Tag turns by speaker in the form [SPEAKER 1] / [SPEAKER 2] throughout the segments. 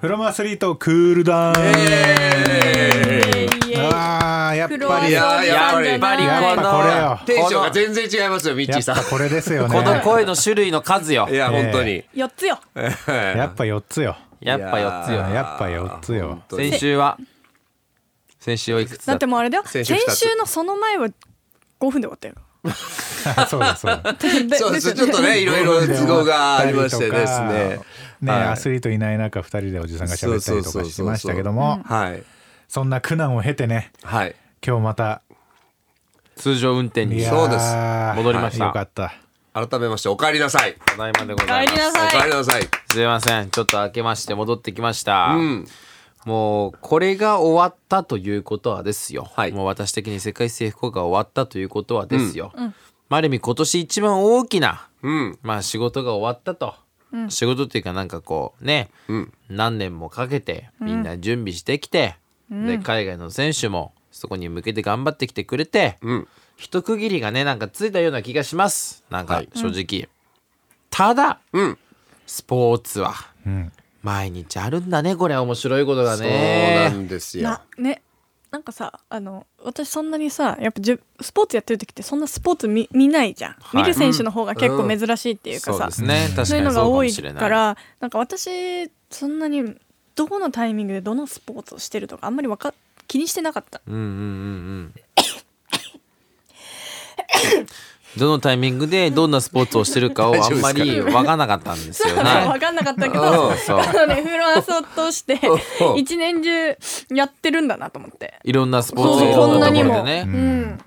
[SPEAKER 1] フロムアスリートクールダウンああやっぱり
[SPEAKER 2] いやーやっぱり
[SPEAKER 3] やっぱり
[SPEAKER 1] やっぱこれよ
[SPEAKER 2] テンションが全然違いますよミッチ
[SPEAKER 1] や
[SPEAKER 2] ー
[SPEAKER 1] っ
[SPEAKER 2] さ
[SPEAKER 1] ぱこれですよね
[SPEAKER 3] この声の種類の数よ
[SPEAKER 2] んいや本当に
[SPEAKER 4] 四つよ。
[SPEAKER 1] やっぱ4つよ
[SPEAKER 3] やっぱ4つ
[SPEAKER 1] い
[SPEAKER 3] よ
[SPEAKER 1] ややっぱ4つよ
[SPEAKER 3] 先週は先週はいくつ
[SPEAKER 4] だ
[SPEAKER 3] だ
[SPEAKER 4] っ
[SPEAKER 3] ってた
[SPEAKER 4] もうあれだよ。
[SPEAKER 2] 先
[SPEAKER 4] 先
[SPEAKER 2] 週二つ
[SPEAKER 4] 週のその前は五分で終わったよ。
[SPEAKER 1] あそうだそうだ
[SPEAKER 2] そうですちょっとねいろいろ都合がありましてですね
[SPEAKER 1] ね
[SPEAKER 2] はい
[SPEAKER 1] アスリートいない中2人でおじさんが喋ったりとかしてましたけど
[SPEAKER 2] そう
[SPEAKER 1] も
[SPEAKER 2] そうそうそうはい
[SPEAKER 1] そんな苦難を経てね
[SPEAKER 2] はい
[SPEAKER 1] 今日また
[SPEAKER 3] 通常運転
[SPEAKER 1] い
[SPEAKER 3] に
[SPEAKER 1] や
[SPEAKER 3] た
[SPEAKER 1] ー
[SPEAKER 2] そうです
[SPEAKER 3] 戻りました
[SPEAKER 1] よかった
[SPEAKER 2] 改めましてお帰りなさい
[SPEAKER 3] だいまでござい
[SPEAKER 4] 帰りな
[SPEAKER 3] ます
[SPEAKER 4] さい
[SPEAKER 2] お帰りなさい
[SPEAKER 3] すいませんちょっと明けまして戻ってきました、
[SPEAKER 2] うん
[SPEAKER 3] もうこれが終わったということはですよ、
[SPEAKER 2] はい
[SPEAKER 3] もう私的に世界征服が終わったということはですよ、まあある意味今年一番大きな、
[SPEAKER 2] うん
[SPEAKER 3] まあ、仕事が終わったと、仕事っていうかなんかこうね、何年もかけてみんな準備してきて、で海外の選手もそこに向けて頑張ってきてくれて、
[SPEAKER 2] うん
[SPEAKER 3] 一区切りがねなんかついたような気がしますなんか正直、ただ
[SPEAKER 2] うん
[SPEAKER 3] スポーツは
[SPEAKER 1] うん
[SPEAKER 3] 毎日あるんだねこれ面白いことが
[SPEAKER 2] そうな
[SPEAKER 3] ね
[SPEAKER 2] んですよ
[SPEAKER 4] なね。なんかさあの私そんなにさやっぱじゅスポーツやってる時ってそんなスポーツ見見ないじゃん、見る選手の方が結構珍しいっていうか
[SPEAKER 3] そう
[SPEAKER 4] さ、
[SPEAKER 3] ですね確かに
[SPEAKER 4] そういうのが
[SPEAKER 3] そう
[SPEAKER 4] 多
[SPEAKER 3] も
[SPEAKER 4] い
[SPEAKER 3] しれない
[SPEAKER 4] からなんか私そんなにどこのタイミングでどのスポーツをしてるとかあんまりわか気にしてなかった
[SPEAKER 3] うんうんうんうん。どのタイミングでどんなスポーツをしてるかをあん
[SPEAKER 2] 大
[SPEAKER 3] まり
[SPEAKER 2] 丈夫です
[SPEAKER 3] 分からなかったんです
[SPEAKER 4] そう
[SPEAKER 3] よ
[SPEAKER 4] なの
[SPEAKER 3] ね。
[SPEAKER 4] 分かんなかったけ
[SPEAKER 3] う
[SPEAKER 4] ど
[SPEAKER 3] んそう
[SPEAKER 4] あのねフロアスを通して
[SPEAKER 2] うん
[SPEAKER 4] 一年中やってるんだなと思って
[SPEAKER 3] いろんなスポーツ
[SPEAKER 4] そう
[SPEAKER 3] いろんなと
[SPEAKER 4] こ
[SPEAKER 3] こ
[SPEAKER 4] んな
[SPEAKER 3] ろ
[SPEAKER 4] にも
[SPEAKER 3] で
[SPEAKER 4] う
[SPEAKER 3] ね。
[SPEAKER 4] ん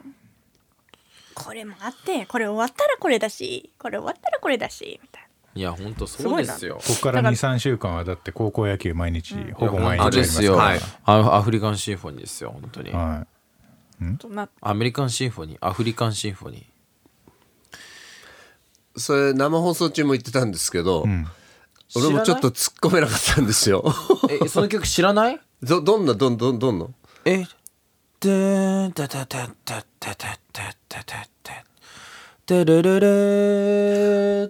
[SPEAKER 4] これもあってこれ終わったらこれだしこれ終わったらこれだしみたいない
[SPEAKER 3] や本当そうですよ。
[SPEAKER 1] ここから23週間はだって高校野球毎日ほぼ毎日
[SPEAKER 3] あ
[SPEAKER 1] や
[SPEAKER 3] れ
[SPEAKER 1] り
[SPEAKER 3] で
[SPEAKER 1] ますす
[SPEAKER 3] よ。
[SPEAKER 1] か
[SPEAKER 2] は
[SPEAKER 3] あ
[SPEAKER 2] い
[SPEAKER 3] のアフリカンシンフォニーですよ本当に
[SPEAKER 1] ら。はい
[SPEAKER 4] ちょっとな
[SPEAKER 3] アメリカンシンフォニーアフリカンシンフォニー。
[SPEAKER 2] それ生放送中も言ってたんですけど俺もちょっと突っ込めなかったんです よ
[SPEAKER 3] えその曲知らない？
[SPEAKER 2] どどんなどんどんどんの
[SPEAKER 3] えでーんたたたたたたたたたたでるるる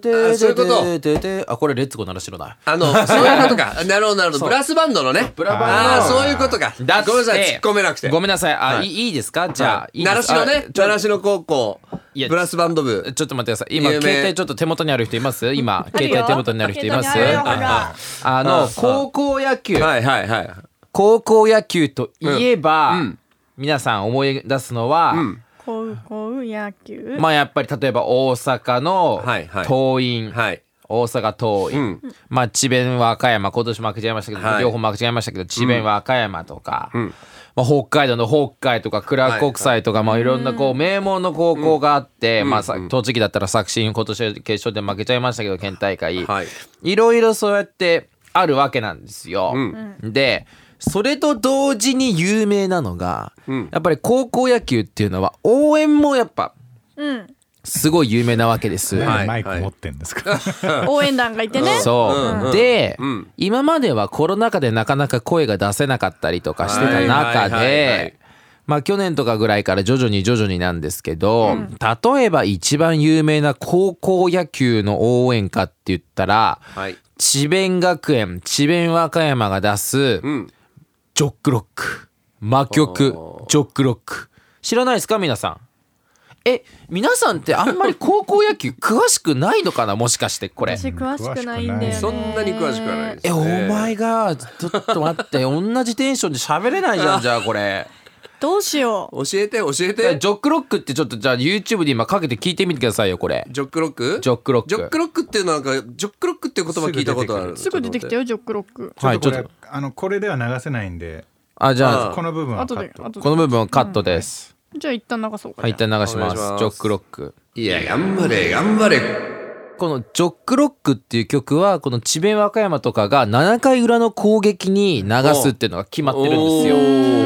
[SPEAKER 3] ーで
[SPEAKER 2] あそういうこと
[SPEAKER 3] ででであこれレッツゴーなら知らない
[SPEAKER 2] あの、そういうことか。なるほど、なるほど。ブラスバンドのね。ブ
[SPEAKER 3] ラバンド
[SPEAKER 2] ああ、そういうことか。
[SPEAKER 3] だって
[SPEAKER 2] ごめんなさい、突っ込めなくて。
[SPEAKER 3] ごめ
[SPEAKER 2] ん
[SPEAKER 3] んなさい。あ、い、いいですかじゃあ、いいです
[SPEAKER 2] 習志野ね
[SPEAKER 3] あ。ちょ
[SPEAKER 2] 習志野高校
[SPEAKER 3] いや、
[SPEAKER 2] ブラスバンド部。
[SPEAKER 3] ちょっと待ってください。今、
[SPEAKER 2] 有名
[SPEAKER 3] 携帯ちょっと手元にある人います今、
[SPEAKER 4] る
[SPEAKER 3] 携
[SPEAKER 4] よ
[SPEAKER 3] 帯手元にある人います
[SPEAKER 4] 携帯にあるよほら
[SPEAKER 3] ああの、高校野球、
[SPEAKER 2] はいはいはい。
[SPEAKER 3] 高校野球といえば、
[SPEAKER 2] んうん
[SPEAKER 3] 皆さん思い出すのは、
[SPEAKER 4] こうこう野球
[SPEAKER 3] まあやっぱり例えば大阪の
[SPEAKER 2] はいはい
[SPEAKER 3] 桐蔭、
[SPEAKER 2] はい。
[SPEAKER 3] 大阪桐蔭、
[SPEAKER 2] ん
[SPEAKER 3] まあ智弁和歌山今年負けちゃいましたけど、
[SPEAKER 2] はい
[SPEAKER 3] 両方負けちゃいましたけど智弁和歌山とか、まあ、北海道の北海とか倉国際とか、いまあ、いろんなこう名門の高校があって、まあ、さ栃木だったら作新今年決勝で負けちゃいましたけど県大会、
[SPEAKER 2] はい
[SPEAKER 3] いろいろそうやってあるわけなんですよ。でそれと同時に有名なのが、やっぱり高校野球っていうのは応援もやっぱ
[SPEAKER 4] うん
[SPEAKER 3] すごい有名なわけです。
[SPEAKER 1] なん
[SPEAKER 2] はい
[SPEAKER 1] でマイク持ってんですか。
[SPEAKER 4] 応援団がいてね
[SPEAKER 3] そう、
[SPEAKER 2] うん
[SPEAKER 3] で、
[SPEAKER 2] ん
[SPEAKER 3] 今まではコロナ禍でなかなか声が出せなかったりとかしてた中
[SPEAKER 2] はいはいはいはい
[SPEAKER 3] でまあ去年とかぐらいから徐々に徐々になんですけど、例えば一番有名な高校野球の応援歌って言ったら
[SPEAKER 2] はい。
[SPEAKER 3] 智弁学園智弁和歌山が出す
[SPEAKER 2] ん
[SPEAKER 3] 「ジョックロック」魔曲
[SPEAKER 2] お
[SPEAKER 3] 「ジョックロック」知らないですか皆さん。え皆さんってあんまり高校野球詳しくないのかなもしかしてこれ
[SPEAKER 4] 私詳しくないんだよね
[SPEAKER 2] そんなに詳しくはないです。
[SPEAKER 3] え、お前が、ちょっと待って、同じテンションで喋れないじゃん、じゃあこれ。
[SPEAKER 4] どうしよう
[SPEAKER 2] 教えて、教え
[SPEAKER 3] ジョ
[SPEAKER 2] て。
[SPEAKER 3] ックロックってちょっとじゃあ YouTube で今かけて聞いてみてくださいよ、これ。
[SPEAKER 2] ジョックロック
[SPEAKER 3] ジョックロック
[SPEAKER 2] ジョックロックっていうのはなんか、ジョックロックっていう言葉聞いたことある。
[SPEAKER 4] すぐ出てきた
[SPEAKER 2] よ。
[SPEAKER 4] よジョックロック
[SPEAKER 3] はい、
[SPEAKER 1] こ
[SPEAKER 3] ちょっ
[SPEAKER 1] れ
[SPEAKER 3] と。
[SPEAKER 1] あのこれでは流せないんで、
[SPEAKER 3] あ、じゃ
[SPEAKER 2] あ
[SPEAKER 3] あ、
[SPEAKER 1] この部分はカ
[SPEAKER 4] 後
[SPEAKER 1] ッ
[SPEAKER 4] で
[SPEAKER 1] ト。
[SPEAKER 4] 後
[SPEAKER 3] こ
[SPEAKER 4] で
[SPEAKER 3] の部分はカットです。
[SPEAKER 4] じゃあ一旦流そうか
[SPEAKER 3] はい、一旦流しま
[SPEAKER 2] お願
[SPEAKER 3] す。
[SPEAKER 2] いします
[SPEAKER 3] ジョックロック。
[SPEAKER 2] いや、頑張れ、頑張れ。
[SPEAKER 3] このジョックロックっていう曲は、この智弁和歌山とかが7回裏の攻撃に流すっていうのが決まってるんですよ。
[SPEAKER 1] ラ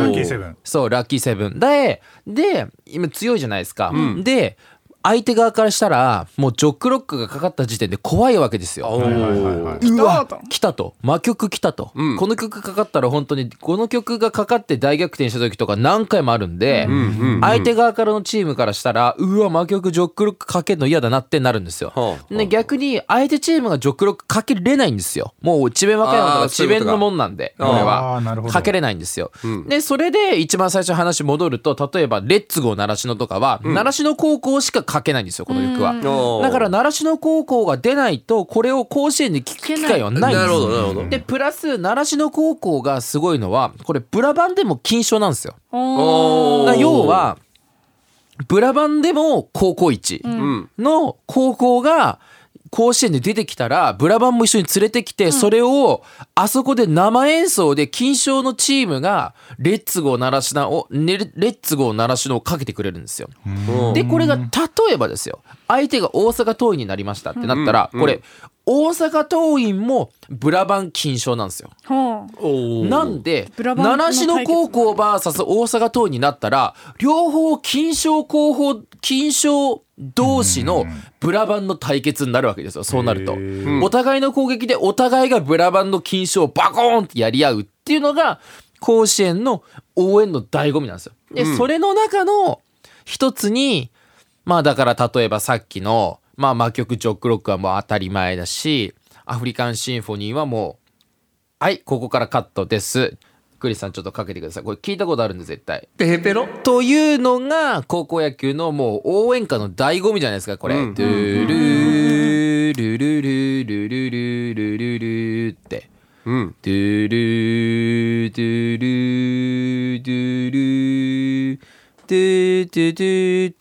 [SPEAKER 1] ッキーセブン。
[SPEAKER 3] そう、ラッキーセブン。で、で、今強いじゃないですか。で、相手側からしたらもうジョックロックがかかった時点で怖いわけですよ。
[SPEAKER 2] おー
[SPEAKER 1] はいはいはいう
[SPEAKER 3] うわ
[SPEAKER 4] 来たと
[SPEAKER 3] 来たと魔曲来たと、
[SPEAKER 2] うん
[SPEAKER 3] この曲かかったら本当にこの曲がかかって大逆転した時とか何回もあるんで、
[SPEAKER 2] んうんうん
[SPEAKER 3] 相手側からのチームからしたらうわ魔曲ジョックロックかけるの嫌だなってなるんですよ、
[SPEAKER 2] はあはあ
[SPEAKER 3] で逆に相手チームがジョックロックかけれないんですよもう智弁和歌山と
[SPEAKER 2] あ
[SPEAKER 3] か
[SPEAKER 2] ーそう
[SPEAKER 3] 智
[SPEAKER 2] いうこと
[SPEAKER 3] 弁
[SPEAKER 2] か
[SPEAKER 3] のもんなんでこれ
[SPEAKER 1] あーなる
[SPEAKER 3] は
[SPEAKER 1] ほど
[SPEAKER 3] かけれないんですよ、でそれで一番最初の話戻ると例えば「レッツゴー習志野」とかは、習志野高校しかかけないんですよこの曲は。
[SPEAKER 2] おー
[SPEAKER 3] だから習志野高校が出ないとこれを甲子園で聞く機会はないんです
[SPEAKER 2] なるほどな
[SPEAKER 3] よ
[SPEAKER 2] るほど
[SPEAKER 3] でプラス習志野高校がすごいのはこれブラバンでも金賞なんですよ。
[SPEAKER 4] お
[SPEAKER 2] お
[SPEAKER 4] ー
[SPEAKER 2] ー
[SPEAKER 3] だから要はブラバンでも高校一
[SPEAKER 2] ん
[SPEAKER 3] の高校が甲子園で出てきたらブラバンも一緒に連れてきてそれをあそこで生演奏で金賞のチームがレッツゴー習志野をねレッツゴー習志野をかけてくれるんですよ。
[SPEAKER 2] うん
[SPEAKER 3] でこれが例えばですよ相手が大阪桐蔭になりましたってなったら、これ大阪桐蔭もブラバン金賞なんですよ。
[SPEAKER 4] ほう
[SPEAKER 2] おー
[SPEAKER 3] なんで
[SPEAKER 4] ブラバンの
[SPEAKER 3] 習志野高校 VS 大阪桐蔭になったら両方金賞候補金賞同士のブラバンの対決になるわけですよそうなると
[SPEAKER 1] へー
[SPEAKER 3] お互いの攻撃でお互いがブラバンの金賞をバコーンってやり合うっていうのが甲子園の応援の醍醐味なんですよ。で、それの中の一つにまあだから例えばさっきの、まあ、魔曲ジョックロックはもう当たり前だしアフリカンシンフォニーはもうはいここからカットですクリスさんちょっとかけてくださいこれ聞いたことあるんで絶対
[SPEAKER 2] ペヘペロ
[SPEAKER 3] というのが高校野球のもう応援歌の醍醐味じゃないですかこれ。
[SPEAKER 2] うん
[SPEAKER 3] ドゥルールルルルルルルルルって。
[SPEAKER 2] うん
[SPEAKER 3] ドゥルードゥルードゥルードゥドゥドゥド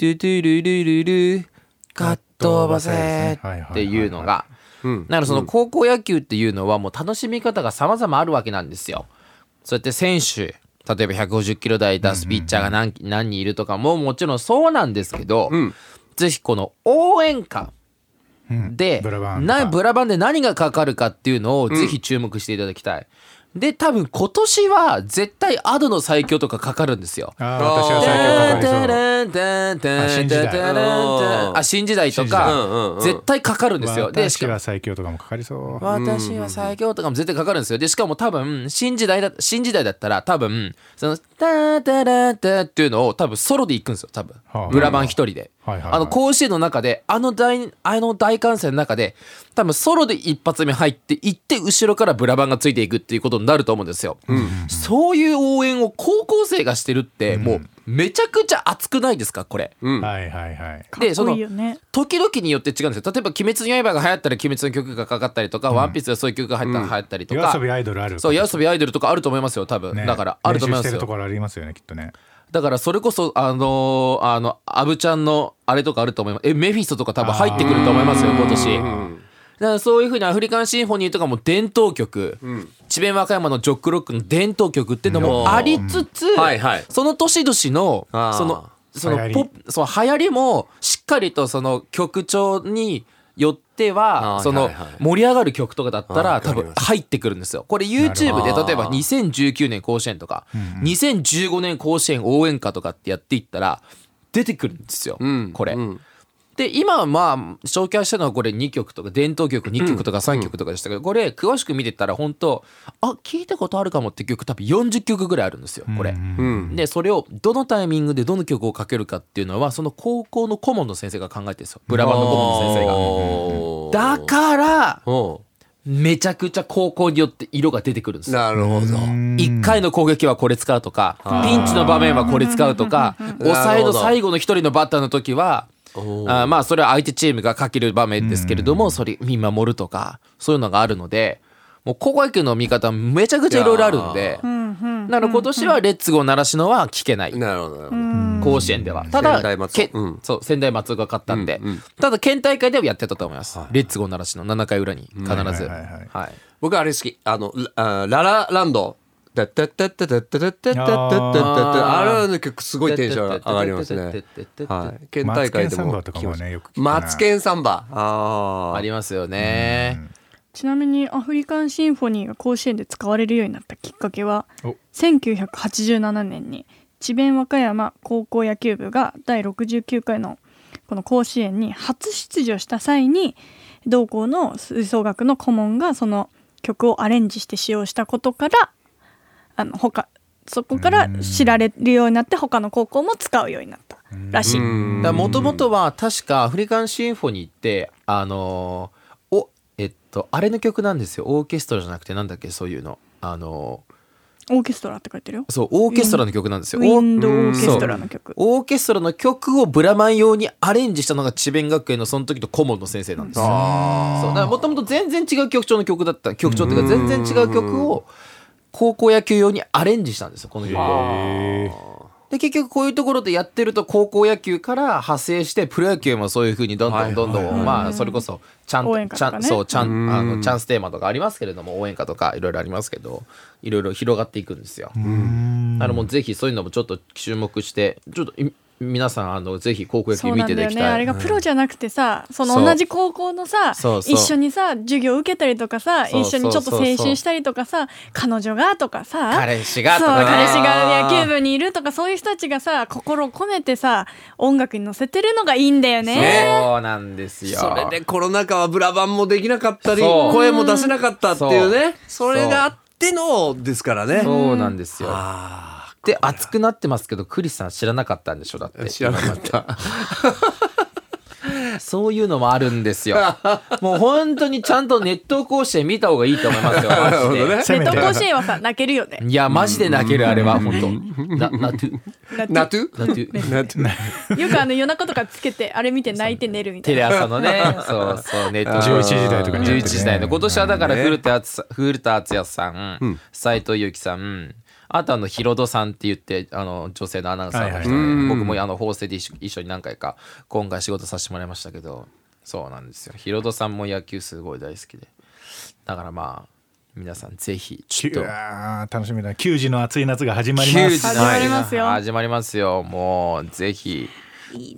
[SPEAKER 3] ゥドゥルルルルカットオーバーセーっていうのが。
[SPEAKER 2] うん
[SPEAKER 3] だからその高校野球っていうのはもう楽しみ方が様々あるわけなんですよ。そうやって選手例えば150キロ台出すピッチャーが何,、何人いるとかももちろんそうなんですけど、
[SPEAKER 2] うん
[SPEAKER 3] ぜひこの応援歌で、
[SPEAKER 1] ブラバンとか
[SPEAKER 3] なブラバンで何がかかるかっていうのをぜひ注目していただきたい。で多分今年は絶対アドの最強とかかかるんですよ。
[SPEAKER 1] ああ私が最強かかりそうあ新時
[SPEAKER 2] 代
[SPEAKER 3] あ新時代と
[SPEAKER 2] 新時代うんうんう
[SPEAKER 3] か
[SPEAKER 2] ん
[SPEAKER 3] 絶対かかるんですよ。でし
[SPEAKER 1] 私
[SPEAKER 3] かも
[SPEAKER 1] が最強とかもかかりそう
[SPEAKER 3] 私は最強とかも絶対かかるんですよ。で、しかも多分、新時代だ、新時代だったら多分、その、タータラーターっていうのを多分ソロで行くんですよ、多分
[SPEAKER 1] はあ。
[SPEAKER 3] ブラバン一人で。
[SPEAKER 1] はいはいはい
[SPEAKER 3] あの、甲子園の中で、あの大、あの大歓声の中で、多分ソロで一発目入って、行って後ろからブラバンがついていくっていうことになると思うんですよ。そういう応援を高校生がしてるって、もう、めちゃくちゃ熱くないですか、これ。
[SPEAKER 2] うん
[SPEAKER 1] はいはいはい
[SPEAKER 3] で、
[SPEAKER 4] かっこいいよね
[SPEAKER 3] 時々によって違うんですよ例えば「鬼滅の刃」が流行ったら「鬼滅の曲」がかかったりとか「ワンピースがそういう曲が入ったら流行ったりと
[SPEAKER 1] 夜
[SPEAKER 3] か、
[SPEAKER 1] 遊びアイドルある
[SPEAKER 3] そう夜遊びアイドルとかあると思いますよ多分、
[SPEAKER 1] ね
[SPEAKER 3] だからあると思いま
[SPEAKER 1] 練習し
[SPEAKER 3] す
[SPEAKER 1] てると
[SPEAKER 3] よ
[SPEAKER 1] ころありますよねきっとね
[SPEAKER 3] だからそれこそあのーあのアブちゃんのあれとかあると思いますえメフィストとか多分入ってくると思いますよ今年だからそういうふうにアフリカンシンフォニーとかも伝統曲、智弁和歌山のジョックロックの伝統曲っていうのもありつつ、
[SPEAKER 2] んはいはい
[SPEAKER 3] その年
[SPEAKER 2] あ
[SPEAKER 3] 々の
[SPEAKER 2] ー
[SPEAKER 3] そのそ
[SPEAKER 1] 流行
[SPEAKER 3] の
[SPEAKER 1] り
[SPEAKER 3] ポップその流行りもしっかりとその曲調によっては
[SPEAKER 2] あー
[SPEAKER 3] そ
[SPEAKER 2] は
[SPEAKER 3] の
[SPEAKER 2] いはい
[SPEAKER 3] 盛り上がる曲とかだった
[SPEAKER 2] あ
[SPEAKER 3] ら
[SPEAKER 2] ー
[SPEAKER 3] 多
[SPEAKER 2] わかり
[SPEAKER 3] 分
[SPEAKER 2] ま
[SPEAKER 3] 入ってくるんですよ。これ YouTube
[SPEAKER 2] なるほど
[SPEAKER 3] で例えば2019年甲子園とか2015年甲子園応援歌とかってやっていったら出てくるんですよ
[SPEAKER 2] うん
[SPEAKER 3] これ
[SPEAKER 2] う。ん
[SPEAKER 3] で今はまあ紹介したのはこれ2曲とか伝統曲2曲とか3曲とかでしたけど、これ詳しく見てたら本当あ聞いたことあるかもって曲多分40曲ぐらいあるんですよこれ。
[SPEAKER 2] うん
[SPEAKER 3] でそれをどのタイミングでどの曲をかけるかっていうのはその高校の顧問の先生が考えてるんですよブラバンの顧問の先生
[SPEAKER 2] 生
[SPEAKER 3] が。だから
[SPEAKER 2] お
[SPEAKER 3] めちゃくちゃ高校によって色が出てくるんですよ
[SPEAKER 2] なるほど。
[SPEAKER 3] 1回の攻撃はこれ使うとかピンチの場面はこれ使うとか抑えの最後の1人のバッターの時はあーまあそれは相手チームがかける場面ですけれどもそれ見守るとかそういうのがあるのでもう高校野球の見方めちゃくちゃいろいろあるんでなので今年はレッツゴー習志野は聞けない
[SPEAKER 2] なるほどなるほど。
[SPEAKER 3] 甲子園ではただ
[SPEAKER 2] 仙台松
[SPEAKER 3] け
[SPEAKER 2] うん
[SPEAKER 3] そう仙台松尾が勝ったんで
[SPEAKER 2] うんうん
[SPEAKER 3] ただ県大会ではやってたと思いますレッツゴー習志野7回裏に必ず
[SPEAKER 1] はいはいはいはい
[SPEAKER 3] はい
[SPEAKER 2] 僕あれ好き。あの、ラあララランド。タッタッタッタッタッタッタッタッタッタッタッタッ
[SPEAKER 3] あー
[SPEAKER 2] あれの曲すごいテンション上がりますね。はい。県大会で
[SPEAKER 1] マツケンサ
[SPEAKER 2] も。
[SPEAKER 1] ンバとかもねよく聞くな
[SPEAKER 2] マツケンサンバ。ああ。
[SPEAKER 3] ありますよね
[SPEAKER 4] ちなみにアフリカンシンフォニーが甲子園で使われるようになったきっかけは
[SPEAKER 1] お
[SPEAKER 4] 1987年に智弁和歌山高校野球部が第69回のこの甲子園に初出場した際に同校の吹奏楽の顧問がその曲をアレンジして使用したことからあの他そこから知られるようになって他の高校も使うようになったらしい。
[SPEAKER 3] もともとは確かアフリカンシンフォニーってあのーおえっとあれの曲なんですよオーケストラじゃなくてなんだっけそういうのあのー
[SPEAKER 4] オーケストラって書いてるよ。
[SPEAKER 3] そうオーケストラの曲なんですよ。
[SPEAKER 4] ウィンドウオーケストラの曲。
[SPEAKER 3] オーケストラの曲をブラマン用にアレンジしたのが智弁学園のその時の顧問の先生なんですよ。そうだからもともと全然違う曲調の曲だった曲調っていうか全然違う曲を高校野球用にアレンジしたんですよこの曲を。で結局こういうところでやってると高校野球から派生してプロ野球もそういうふうにどんどんどんどん、まあそれこそちゃん、
[SPEAKER 4] 応援歌
[SPEAKER 3] ちゃ
[SPEAKER 4] とか
[SPEAKER 3] ん
[SPEAKER 4] ね
[SPEAKER 3] そうちゃんあのチャンステーマとかありますけれども応援歌とかいろいろありますけどいろいろ広がっていくんですよ。あのもうぜひそういうのもちょっと注目してちょっとい皆さんあのぜひ高校野
[SPEAKER 4] そう
[SPEAKER 3] 球見
[SPEAKER 4] な
[SPEAKER 3] て
[SPEAKER 4] ん
[SPEAKER 3] い
[SPEAKER 4] だよ
[SPEAKER 3] ただき
[SPEAKER 4] ね、
[SPEAKER 3] たい。
[SPEAKER 4] あれがプロじゃなくてさその
[SPEAKER 3] そう
[SPEAKER 4] 同じ高校のさ
[SPEAKER 3] そうそう
[SPEAKER 4] 一緒にさ授業受けたりとかさ
[SPEAKER 3] そう
[SPEAKER 4] 一緒にちょっと
[SPEAKER 3] そう
[SPEAKER 4] 青
[SPEAKER 3] そうそう
[SPEAKER 4] 春したりとかさ彼女がとかさ
[SPEAKER 3] 彼氏がとか
[SPEAKER 4] そう
[SPEAKER 3] ね
[SPEAKER 4] 彼氏が野球部にいるとかそういう人たちがさ心を込めてさ音楽に乗せてるのがいいんだよね。
[SPEAKER 3] そうなんですよ。
[SPEAKER 2] それでコロナ禍はブラバンもできなかったり
[SPEAKER 3] そう
[SPEAKER 2] 声も出せなかったっていうね
[SPEAKER 3] そ
[SPEAKER 2] そ
[SPEAKER 3] う
[SPEAKER 2] れがあってのですからね
[SPEAKER 3] そうなんですよ。
[SPEAKER 2] あ
[SPEAKER 3] で熱くなってますけどクリスさん知らなかったんでしょだっ
[SPEAKER 2] ー
[SPEAKER 3] て
[SPEAKER 2] 知らなかった
[SPEAKER 3] そういうのもあるんですよもう本当にちゃんとネット甲子園見た方がいいと思いますよマジで、
[SPEAKER 2] ね
[SPEAKER 1] せ
[SPEAKER 4] ネ
[SPEAKER 1] め
[SPEAKER 4] ット
[SPEAKER 1] て
[SPEAKER 4] 甲子園はさ泣けるよね。
[SPEAKER 3] いやマジで泣けるあれは本当ななと
[SPEAKER 2] ナトゥ
[SPEAKER 3] なと
[SPEAKER 2] ナトゥ
[SPEAKER 4] よくあの夜中とかつけてあれ見て泣いて寝るみた
[SPEAKER 3] テ
[SPEAKER 4] い
[SPEAKER 3] レ
[SPEAKER 4] な。
[SPEAKER 3] 朝 のねそうそうネット
[SPEAKER 1] 11時台とかにやって
[SPEAKER 3] 11
[SPEAKER 1] ね
[SPEAKER 3] 時台の今年はだから古田敦古田敦也さん斎、藤佑樹さんあとあのヒロドさんって言ってあの女性のアナウンサーの人で、
[SPEAKER 1] はい
[SPEAKER 3] 僕もあの法政で一緒一緒に何回か今回仕事させてもらいましたけどそうなんですよヒロドさんも野球すごい大好きでだからまあ皆さんぜひちょっ
[SPEAKER 1] う
[SPEAKER 3] と
[SPEAKER 1] わー楽しみだ球児の暑い夏が始まりま
[SPEAKER 3] 9時
[SPEAKER 1] す
[SPEAKER 3] の
[SPEAKER 4] 始まりますよ
[SPEAKER 3] 始まりますよもうぜひ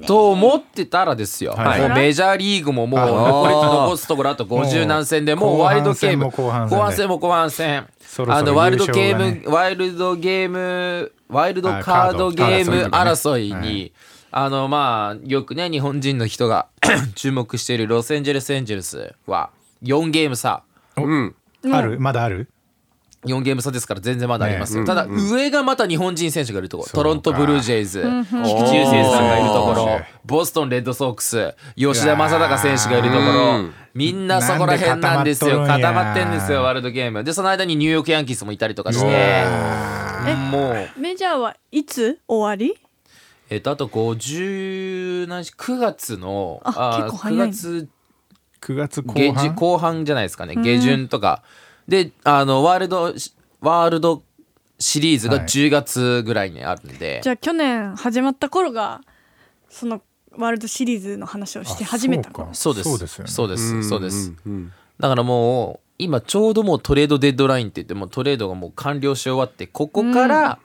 [SPEAKER 3] と思ってたらですよ、
[SPEAKER 1] はい
[SPEAKER 3] もうメジャーリーグももう残り残すところあと50何戦でも
[SPEAKER 1] も
[SPEAKER 3] う
[SPEAKER 1] う
[SPEAKER 3] ワイルドゲーム
[SPEAKER 1] 後半戦も後半戦で
[SPEAKER 3] 後半戦も後半戦
[SPEAKER 1] そろそろ
[SPEAKER 3] あのワイルドゲ
[SPEAKER 1] 優
[SPEAKER 3] ー
[SPEAKER 1] 勝
[SPEAKER 3] ム、ワイルドゲームワイルド
[SPEAKER 1] あ
[SPEAKER 3] カードゲーム
[SPEAKER 1] カード
[SPEAKER 3] 争い
[SPEAKER 1] 争
[SPEAKER 3] に、
[SPEAKER 1] いとかねは
[SPEAKER 3] あのまあよくね日本人の人が 注目しているロサンゼルスエンジェルスは4ゲーム差
[SPEAKER 1] あるまだある
[SPEAKER 3] 4ゲーム差ですから全然まだありますよ、
[SPEAKER 1] ね
[SPEAKER 3] ただ上がまた日本人選手がいるところトロントブルージェイズ菊池雄星さんがいるとこ
[SPEAKER 1] お
[SPEAKER 3] ろ
[SPEAKER 1] ー
[SPEAKER 3] ボストンレッドソックス吉田正尚選手がいるところみんなそこら辺なんですよ
[SPEAKER 1] なんで固
[SPEAKER 3] 固ま
[SPEAKER 1] まっ
[SPEAKER 3] っ
[SPEAKER 1] てとるんや
[SPEAKER 3] んですよワールドゲームでその間にニューヨークヤンキースもいたりとかしてもう
[SPEAKER 4] メジャーはいつ終わり
[SPEAKER 3] えっとあと50何し9月の
[SPEAKER 4] あ結構
[SPEAKER 3] 9
[SPEAKER 4] 早いね
[SPEAKER 3] 月
[SPEAKER 1] 9月後
[SPEAKER 3] 下旬
[SPEAKER 1] 半
[SPEAKER 3] 後半じゃないですかね下旬とかであのワールドワールドシリーズが
[SPEAKER 1] はい
[SPEAKER 3] 10月ぐらいにあるんで、
[SPEAKER 4] じゃあ去年始まった頃がそのワールドシリーズの話をして始めた
[SPEAKER 1] そう
[SPEAKER 4] 頃
[SPEAKER 1] か
[SPEAKER 3] そうです。
[SPEAKER 1] そうですよね
[SPEAKER 3] そうです。そうです
[SPEAKER 2] うんうん
[SPEAKER 3] だからもう、今ちょうどもうトレードデッドラインって言って、もうトレードがもう完了し終わって、ここから、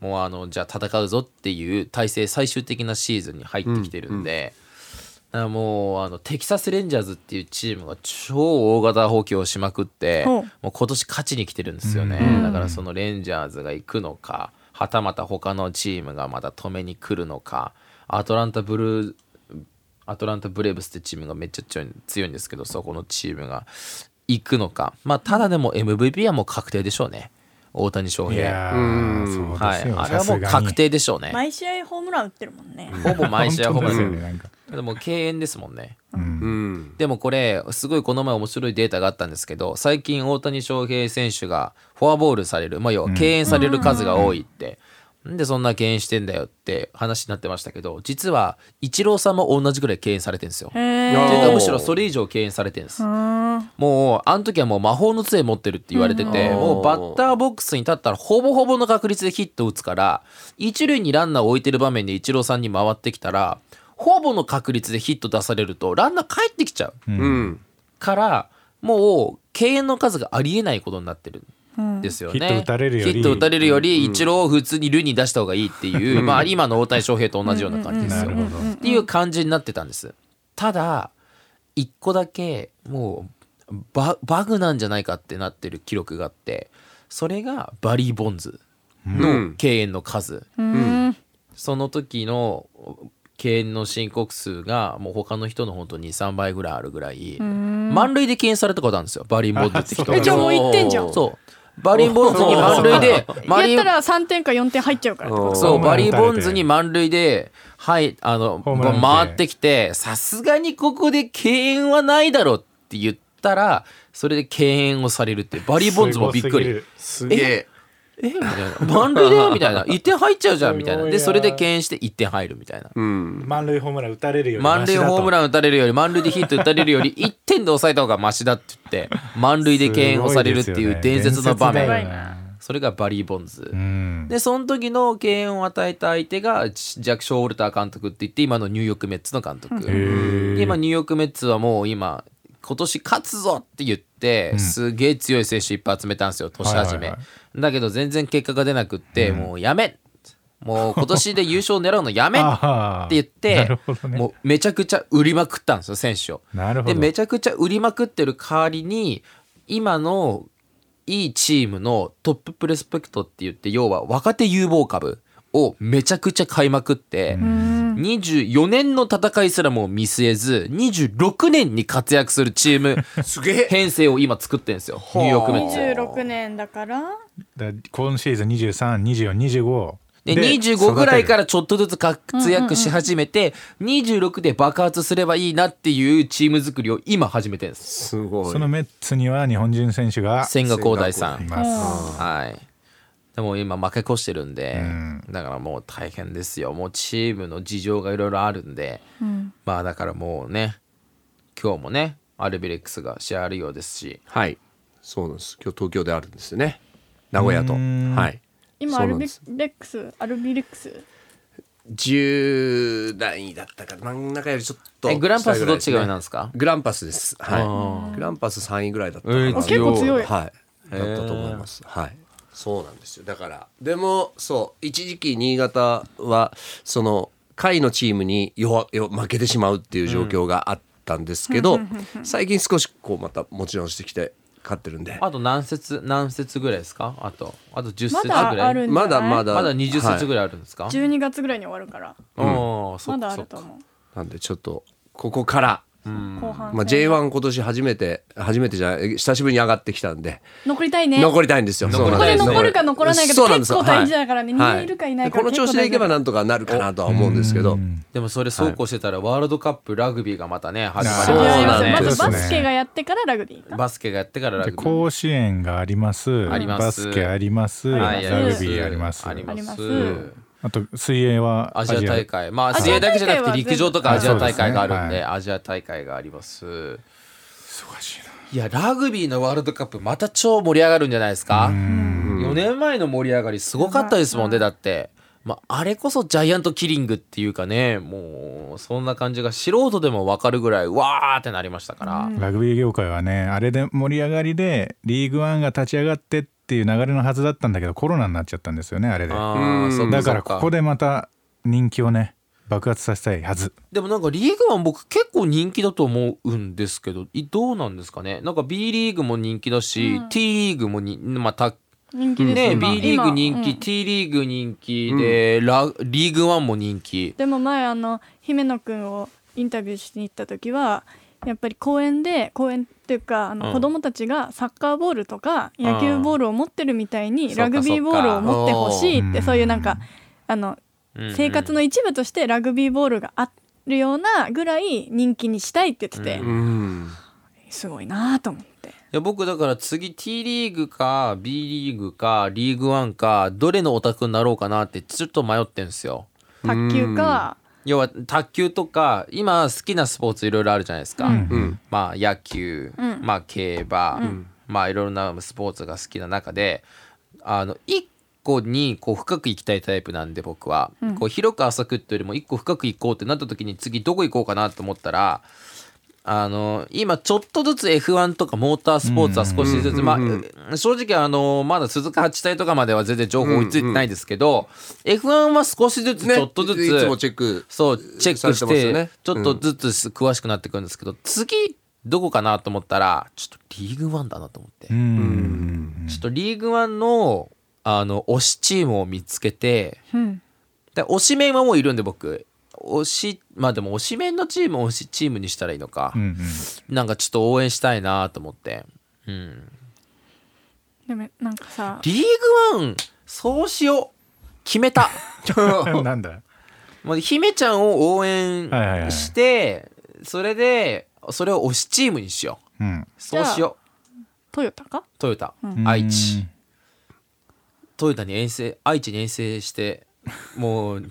[SPEAKER 3] もうあの、じゃあ戦うぞっていう体制最終的なシーズンに入ってきてるんで、だからもうあのテキサス・レンジャーズっていうチームが超大型補強をしまくって
[SPEAKER 4] ほ
[SPEAKER 3] も
[SPEAKER 4] う
[SPEAKER 3] う今年勝ちに来てるんですよね、だからそのレンジャーズが行くのかはたまた他のチームがまた止めに来るのかアトランタブルーアトランタ・ブレーブスってチームがめっちゃ強い強いんですけどそこのチームが行くのかまあただでも MVP はもう確定でしょうね大谷翔
[SPEAKER 1] い
[SPEAKER 3] 平
[SPEAKER 1] やーそう
[SPEAKER 3] は
[SPEAKER 1] で
[SPEAKER 3] い、
[SPEAKER 1] すよ
[SPEAKER 3] あれ
[SPEAKER 1] さ
[SPEAKER 3] はもう
[SPEAKER 1] すがに
[SPEAKER 3] 確定でしょうね
[SPEAKER 4] 毎試合ホームラン打ってるもんね
[SPEAKER 3] ほぼ毎試合ホームラン
[SPEAKER 1] 本当ですよねなんか
[SPEAKER 3] でも敬遠ですもんね
[SPEAKER 2] うん
[SPEAKER 3] でもこれすごいこの前面白いデータがあったんですけど最近大谷翔平選手がフォアボールされる、まあ、要は敬遠される数が多いって、なんでそんな敬遠してんだよって話になってましたけど実はイチローさんも同じぐらい敬遠されてるんですよ。
[SPEAKER 4] へ
[SPEAKER 2] いや
[SPEAKER 4] え
[SPEAKER 3] っていうかむしろそれ以上敬遠されてるんです。もうあの時はもう魔法の杖持ってるって言われてて、
[SPEAKER 2] うん
[SPEAKER 3] もうバッターボックスに立ったらほぼほぼの確率でヒット打つから一塁にランナーを置いてる場面でイチローさんに回ってきたらほぼの確率でヒット出されるとランナー帰ってきちゃ
[SPEAKER 2] う
[SPEAKER 3] う
[SPEAKER 2] ん
[SPEAKER 3] からもう敬遠の数がありえないことになってるんですよね、
[SPEAKER 1] ヒット打たれるより
[SPEAKER 3] ヒット打たれるよりイチローを普通に塁に出した方がいいっていう、まあ今の大谷翔平と同じような感じです
[SPEAKER 1] な
[SPEAKER 3] よ、
[SPEAKER 1] るほど
[SPEAKER 3] っていう感じになってたんですただ一個だけもうババグなんじゃないかってなってる記録があってそれがバリー・ボンズ
[SPEAKER 2] うん
[SPEAKER 3] 敬遠の数、
[SPEAKER 4] うん
[SPEAKER 3] その時の敬遠の申告数がもう他の人の本当に23倍ぐらいあるぐらい満塁で敬遠されたことあるんですよバリンボンズって人
[SPEAKER 4] えじゃあもう行ってんじゃん
[SPEAKER 3] そうバリンボンズに満塁でマリ
[SPEAKER 4] や
[SPEAKER 3] ン
[SPEAKER 4] ったら3点か4点入っちゃうからってこと
[SPEAKER 3] そ
[SPEAKER 1] ホー
[SPEAKER 3] う
[SPEAKER 1] ムラン打た
[SPEAKER 3] バリ
[SPEAKER 1] れて
[SPEAKER 3] ー・ボンズに満塁で、はい、あの
[SPEAKER 1] ホームラン打たれて
[SPEAKER 3] 回ってきてさすがにここで敬遠はないだろうって言ったらそれで敬遠をされるってバリー・ボンズもびっくり。
[SPEAKER 2] すげえ
[SPEAKER 3] えみたいな満塁だよみたいな1点入っちゃうじゃんみたいな
[SPEAKER 1] すごい
[SPEAKER 3] で
[SPEAKER 1] な
[SPEAKER 3] それで敬遠して1点入るみたいな
[SPEAKER 2] うん
[SPEAKER 1] 満塁ホームラン打たれるより
[SPEAKER 3] 満塁ホーム
[SPEAKER 1] ン
[SPEAKER 3] ラン打たれるより満塁でヒット打たれる より1点で抑えた方がマシだって言って満塁で敬遠をされるっていう伝説の場
[SPEAKER 4] すごいです
[SPEAKER 3] 面
[SPEAKER 4] よね
[SPEAKER 3] それがバリー・ボンズ
[SPEAKER 1] うん
[SPEAKER 3] でその時の敬遠を与えた相手がジャック・ショー・ウォルター監督って言って今のニューヨーク・メッツの監督で今ニューヨーク・メッツはもう今今年勝つぞって言って、すげえ強い選手いっぱい集めたんですよ年始め、
[SPEAKER 1] はいはいは
[SPEAKER 3] だけど全然結果が出なくって、もうやめもう今年で優勝狙うのやめって
[SPEAKER 1] あ
[SPEAKER 3] 言っ
[SPEAKER 1] ーなる
[SPEAKER 3] て
[SPEAKER 1] ほどね
[SPEAKER 3] もうめちゃくちゃ売りまくったんですよ選手を。
[SPEAKER 1] なるほ
[SPEAKER 3] で
[SPEAKER 1] ど
[SPEAKER 3] めちゃくちゃ売りまくってる代わりに今のいいチームのトッププレスペクトって言って要は若手有望株をめちゃくちゃ買いまくって24年の戦いすらもう見据えず26年に活躍するチーム
[SPEAKER 2] すげえ
[SPEAKER 3] 編成を今作ってるんですよニューヨークメッツは。
[SPEAKER 4] 26年だから
[SPEAKER 1] だから今シーズン232425
[SPEAKER 3] で25ぐらいからちょっとずつ活躍し始めて26で爆発すればいいなっていうチーム作りを今始めてるんです。
[SPEAKER 2] すごい
[SPEAKER 1] そのメッツには日本人選手が
[SPEAKER 3] 千賀滉大さん
[SPEAKER 1] います
[SPEAKER 3] はい。でも今負け越してるんで、
[SPEAKER 1] ん
[SPEAKER 3] だからもう大変ですよ。もうチームの事情がいろいろあるんで、まあだからもうね、今日もね、アルビレックスが試合あるようですし、
[SPEAKER 2] はいそうなんです今日東京であるんですよね名古屋とはい
[SPEAKER 4] 今
[SPEAKER 2] そ
[SPEAKER 4] ア
[SPEAKER 2] うな
[SPEAKER 4] ル
[SPEAKER 2] んで
[SPEAKER 4] ビ
[SPEAKER 2] す
[SPEAKER 4] レックスアルビレックス
[SPEAKER 2] 10段位だったかな真ん中よりちょっと
[SPEAKER 3] えグランパスどっちが上なん
[SPEAKER 2] ん
[SPEAKER 3] ですか？
[SPEAKER 2] グランパスですはいグランパス3位ぐらいだったか
[SPEAKER 3] え
[SPEAKER 2] な
[SPEAKER 3] ー
[SPEAKER 4] あ結構強
[SPEAKER 2] は
[SPEAKER 4] い
[SPEAKER 2] い、だったと思います。はい。そうなんですよ。だから、でも、そう、一時期新潟は、その、下位のチームに弱、弱負けてしまうっていう状況があったんですけど、最近少し、こう、また持ち直してきて、勝ってるんで。
[SPEAKER 3] あと何節何節ぐらいですか？あとあと10節
[SPEAKER 4] ま
[SPEAKER 3] ぐ
[SPEAKER 4] だ
[SPEAKER 3] らい。
[SPEAKER 4] あるんじゃない
[SPEAKER 2] まだまだ
[SPEAKER 3] まだ20節ぐ
[SPEAKER 2] らい。
[SPEAKER 3] らいあるんですか？
[SPEAKER 4] 12月ぐらいに終わるから
[SPEAKER 3] おーそっ
[SPEAKER 4] まだあ
[SPEAKER 3] かそ
[SPEAKER 4] る
[SPEAKER 3] っか
[SPEAKER 4] と思
[SPEAKER 2] なんで、ちょっと、ここから、
[SPEAKER 4] う後半
[SPEAKER 2] まあ、
[SPEAKER 4] 戦
[SPEAKER 2] J1 今年初めて、初めてじゃない、久しぶりに上がってきたんで、
[SPEAKER 4] 残りたいね
[SPEAKER 2] 残りたいんですよ。
[SPEAKER 3] 残り
[SPEAKER 2] そう
[SPEAKER 3] た
[SPEAKER 2] ないんです
[SPEAKER 3] で
[SPEAKER 2] す
[SPEAKER 3] ね
[SPEAKER 4] 残るか残らないか
[SPEAKER 2] そうなんです
[SPEAKER 4] 結構大事だから
[SPEAKER 2] は
[SPEAKER 4] ね
[SPEAKER 2] い
[SPEAKER 4] 人間いるかいないか
[SPEAKER 2] はこの調子でいけば
[SPEAKER 4] 結構大事だから
[SPEAKER 2] なんとかなるかなとは思うんですけど、
[SPEAKER 3] でもそれそうこうしてたらワールドカップラグビーがまたね始まります
[SPEAKER 2] そう
[SPEAKER 4] いやいや
[SPEAKER 2] なんですね
[SPEAKER 4] まずバスケがやってからラグビーか
[SPEAKER 3] バスケがやってからラグ
[SPEAKER 1] で
[SPEAKER 3] ビー。
[SPEAKER 1] 甲子園があります
[SPEAKER 3] あります
[SPEAKER 1] バスケあります
[SPEAKER 3] は
[SPEAKER 1] ラ
[SPEAKER 3] い
[SPEAKER 1] グビーあります
[SPEAKER 3] あ
[SPEAKER 1] あ
[SPEAKER 3] り
[SPEAKER 4] あり
[SPEAKER 3] ま
[SPEAKER 4] ます
[SPEAKER 3] す。
[SPEAKER 1] と水泳は
[SPEAKER 3] アジア大会まあ
[SPEAKER 4] ア
[SPEAKER 3] 水
[SPEAKER 4] ジ
[SPEAKER 3] 泳
[SPEAKER 4] ア
[SPEAKER 3] だ
[SPEAKER 4] 大
[SPEAKER 3] け
[SPEAKER 4] 会
[SPEAKER 3] じゃなくて陸上とかア
[SPEAKER 4] は
[SPEAKER 3] ジ
[SPEAKER 4] 全
[SPEAKER 3] ア
[SPEAKER 4] 部
[SPEAKER 3] 大会があるん
[SPEAKER 1] そう
[SPEAKER 3] で
[SPEAKER 1] ですね
[SPEAKER 3] アジア大会があります
[SPEAKER 1] 忙しいない
[SPEAKER 3] やラグビーのワールドカップまた超盛り上がるんじゃないですか4年前の盛り上がりすごかったですもんねだって、まあ、あれこそジャイアントキリングっていうかねもうそんな感じが素人でも分かるぐらいうわーってなりましたから、
[SPEAKER 1] ラグビー業界はねあれで盛り上がりでリーグワンが立ち上がってっていう流れのはずだったんだけどコロナになっちゃったんですよねあれで
[SPEAKER 3] あ
[SPEAKER 1] だ
[SPEAKER 3] ーそっか
[SPEAKER 1] から
[SPEAKER 3] そっ
[SPEAKER 1] ここでまた人気をね爆発させたいはず
[SPEAKER 3] でもなんかリーグワン僕結構人気だと思うんですけどいどうなんですかねなんか B リーグも人気だし、T リーグもに、まあ、卓
[SPEAKER 4] 人気です
[SPEAKER 3] ね、
[SPEAKER 4] よ
[SPEAKER 3] B リー
[SPEAKER 4] 今
[SPEAKER 3] グ人気、
[SPEAKER 4] うん
[SPEAKER 3] T リーグ人気で、ラリーグワンも人気
[SPEAKER 4] でも前あの姫野くんをインタビューしに行った時はやっぱり公園で公園っていうかあ
[SPEAKER 3] うん
[SPEAKER 4] の子供たちがサッカーボールとか野
[SPEAKER 3] う
[SPEAKER 4] 球
[SPEAKER 3] ん
[SPEAKER 4] ボールを持ってるみたい
[SPEAKER 3] そ
[SPEAKER 4] に
[SPEAKER 3] っか
[SPEAKER 4] ラグビーボールを持ってほしいっ
[SPEAKER 1] そっか
[SPEAKER 4] てそういうなんかあの生活の一部としてラグビーボールがあるようなぐらい人気にしたいって言ってて
[SPEAKER 2] うん
[SPEAKER 4] すごいなと思って
[SPEAKER 3] いや僕だから次 T リーグか B リーグかリーグワンかどれのオタクになろうかなってちょっと迷ってんですよ
[SPEAKER 4] 卓球か
[SPEAKER 3] 要は卓球とか今好きなスポーツいろいろあるじゃないですか、
[SPEAKER 2] うん
[SPEAKER 3] まあ野球、
[SPEAKER 4] ん
[SPEAKER 3] まあ競馬、まあいろいろなスポーツが好きな中であの一個にこう深く行きたいタイプなんで僕は、こう広く浅くっていうよりも一個深く行こうってなった時に次どこ行こうかなと思ったらあの今ちょっとずつ F1 とかモータースポーツは少しずつ、まあ、正直あのまだ鈴鹿八体とかまでは全然情報追いついてないですけど、F1 は少しずつ
[SPEAKER 2] ね
[SPEAKER 3] ちょっとずつ、
[SPEAKER 2] いつもチェック
[SPEAKER 3] そうチェックし
[SPEAKER 2] されて
[SPEAKER 3] て
[SPEAKER 2] ますよね
[SPEAKER 3] ちょっとずつす詳しくなってくるんですけど、次どこかなと思ったらちょっとリーグワンだなと思って、
[SPEAKER 1] うん
[SPEAKER 3] ちょっとリーグワンのあの推しチームを見つけて
[SPEAKER 4] うん
[SPEAKER 3] で推しメンはもういるんで僕推しまあでも推しメンのチームを推しチームにしたらいいのか、
[SPEAKER 1] うんうん
[SPEAKER 3] なんかちょっと応援したいなと思って、うん、
[SPEAKER 4] でもなんかさ
[SPEAKER 3] リーグワンそうしよう決め た
[SPEAKER 1] なんだ
[SPEAKER 3] もう姫ちゃんを応援
[SPEAKER 1] はいはいはい
[SPEAKER 3] して、それでそれを推しチームにしよう
[SPEAKER 1] うん
[SPEAKER 3] そうしよう
[SPEAKER 4] トヨタか
[SPEAKER 3] トヨタ、
[SPEAKER 1] うん
[SPEAKER 3] 愛知トヨタに遠征愛知に遠征してもう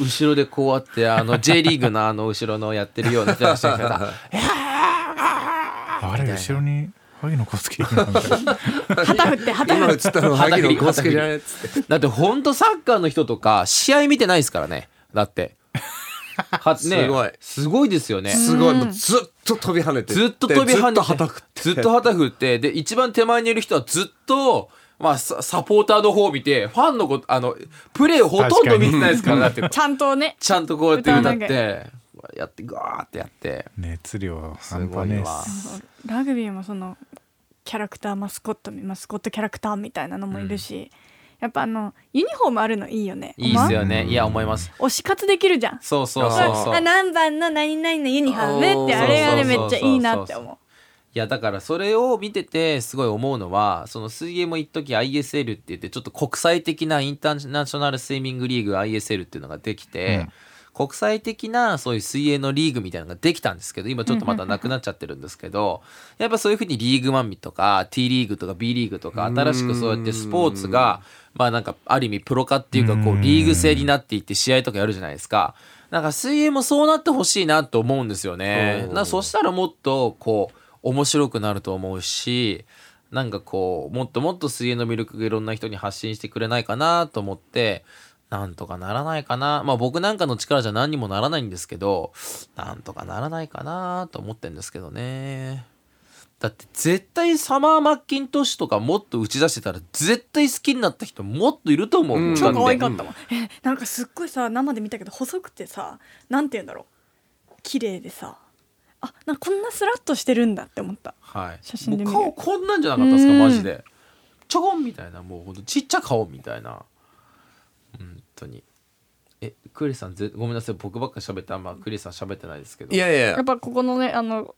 [SPEAKER 3] 後ろでこうあってあ の J リーグのあの後ろのやってるような人たちがいたら
[SPEAKER 1] あれ後ろに萩野公介いるのみたいな
[SPEAKER 4] 旗振って旗
[SPEAKER 2] 今
[SPEAKER 4] 振
[SPEAKER 2] 映
[SPEAKER 4] っ
[SPEAKER 2] ってたの萩野公介じゃないっつって
[SPEAKER 3] だってほんとサッカーの人とか試合見てないですからね だっては
[SPEAKER 2] すごい
[SPEAKER 3] すごいですよね
[SPEAKER 2] すごいもうずっと飛び跳ねて
[SPEAKER 3] ずっと飛び跳ねて
[SPEAKER 2] ずっと旗くって
[SPEAKER 3] ずっと旗振ってで一番手前にいる人はずっと、まあ、ササポーターの方を見てファンのことあのプレーほとんど見てないですからだって
[SPEAKER 4] ちゃんとね
[SPEAKER 3] ちゃんとこうやって歌っ
[SPEAKER 4] 歌わな
[SPEAKER 3] てやってガーってやって
[SPEAKER 1] 熱量
[SPEAKER 3] す
[SPEAKER 1] 半
[SPEAKER 3] ご
[SPEAKER 1] 端
[SPEAKER 3] い
[SPEAKER 1] ねえっ
[SPEAKER 3] わ
[SPEAKER 1] す
[SPEAKER 4] ラグビーもそのキャラクターマスコットマスコットキャラクターみたいなのもいるし、やっぱあのユニフォームあるのいいよね
[SPEAKER 3] いいっす
[SPEAKER 4] お
[SPEAKER 3] よねいや思います
[SPEAKER 4] 前推し活できるじゃん
[SPEAKER 3] そうそう
[SPEAKER 2] あ
[SPEAKER 3] そう
[SPEAKER 2] ー
[SPEAKER 3] そう
[SPEAKER 4] あ何番の何々のユニフォームって
[SPEAKER 2] あー
[SPEAKER 4] あれがね
[SPEAKER 3] そう
[SPEAKER 4] めっ
[SPEAKER 3] そうそうそう
[SPEAKER 4] ちゃいいなって思う
[SPEAKER 3] いやだからそれを見ててすごい思うのはその水泳も一時 ISL って言ってちょっと国際的なインターナショナルスイミングリーグ ISL っていうのができて、国際的なそういう水泳のリーグみたいなのができたんですけど今ちょっとまたなくなっちゃってるんですけどやっぱそういうふうにリーグワンとか T リーグとか B リーグとか新しくそうやってスポーツがまあなんかある意味プロ化っていうかこうリーグ制になっていって試合とかやるじゃないですか。なんか水泳もそうなってほしいなと思うんですよね。なそしたらもっとこう面白くなると思うしなんかこうもっともっと水泳の魅力がいろんな人に発信してくれないかなと思ってなんとかならないかなまあ僕なんかの力じゃ何にもならないんですけどなんとかならないかなと思ってんですけどねだって絶対サマー・マッキントッシュとかもっと打ち出してたら絶対好きになった人もっといると思う、
[SPEAKER 2] うん
[SPEAKER 3] だ
[SPEAKER 4] 超
[SPEAKER 3] て
[SPEAKER 4] 可愛かったもん、えなんかすっごいさ生で見たけど細くてさなんて言うんだろう綺麗でさあなんかこんなスラッとしてるんだって思った
[SPEAKER 3] はい、
[SPEAKER 4] 写真で見る
[SPEAKER 3] もう顔こんなんじゃなかったですか
[SPEAKER 4] うん
[SPEAKER 3] マジでちょこんみたいなもうほんとちっちゃ顔みたいな本当にえクリスさんぜごめんなさい僕ばっか喋ったあんまクリスさん喋ってないですけ
[SPEAKER 2] い
[SPEAKER 3] ど
[SPEAKER 2] やいや
[SPEAKER 4] やっぱここのねあの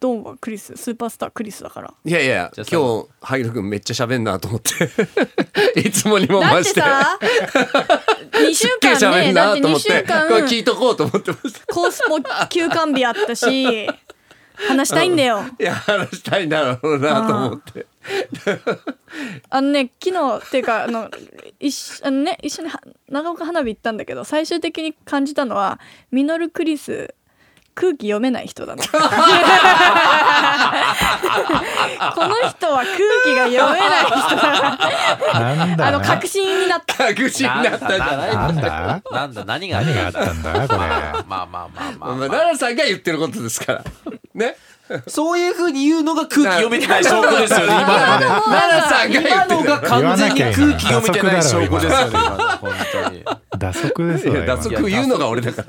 [SPEAKER 4] ドンはクリススーパースタークリスだから
[SPEAKER 2] いやいや
[SPEAKER 3] じゃあ
[SPEAKER 2] 今日萩野君めっちゃ喋んなと思って いつもにも
[SPEAKER 4] だ
[SPEAKER 2] 増
[SPEAKER 4] って
[SPEAKER 2] して
[SPEAKER 4] さ 2週
[SPEAKER 2] すっげえ
[SPEAKER 4] 間
[SPEAKER 2] 喋
[SPEAKER 4] ね
[SPEAKER 2] ん
[SPEAKER 4] だ
[SPEAKER 2] な
[SPEAKER 4] って
[SPEAKER 2] と思
[SPEAKER 4] 2
[SPEAKER 2] って
[SPEAKER 4] 週
[SPEAKER 2] これ聞
[SPEAKER 4] 間
[SPEAKER 2] いとこうと思ってました
[SPEAKER 4] コースも休館日あったし話したいんだよ
[SPEAKER 2] いや話したいんだろうなと思って
[SPEAKER 4] あのね昨日っていうかあの一緒あのね一緒には長岡花火行ったんだけど最終的に感じたのはミノルクリス空気読めな い人だなこの人は空気が読めない人だ
[SPEAKER 1] なん
[SPEAKER 4] あ
[SPEAKER 1] だ
[SPEAKER 4] の確信になった
[SPEAKER 2] 確信になったじゃん
[SPEAKER 1] なん
[SPEAKER 3] な
[SPEAKER 1] だ
[SPEAKER 3] なんだ何があっ
[SPEAKER 1] 何があ
[SPEAKER 3] た
[SPEAKER 1] っ
[SPEAKER 3] んだ
[SPEAKER 1] たんだこれ
[SPEAKER 3] まあまあまあま
[SPEAKER 2] まあ
[SPEAKER 3] あ、
[SPEAKER 2] まあ
[SPEAKER 3] まあ、
[SPEAKER 2] 奈良さんが言ってることですからね
[SPEAKER 3] そういうふうに言うのが空気読めてない証拠ですよね今のね
[SPEAKER 2] 奈良さんが言っ
[SPEAKER 3] 今
[SPEAKER 2] て
[SPEAKER 3] の
[SPEAKER 2] る
[SPEAKER 3] が完全に空気読めてない証拠ですよね今の本当に
[SPEAKER 1] 打足です
[SPEAKER 2] い
[SPEAKER 1] よ
[SPEAKER 2] や脱
[SPEAKER 1] 今
[SPEAKER 2] 足言うのが俺だか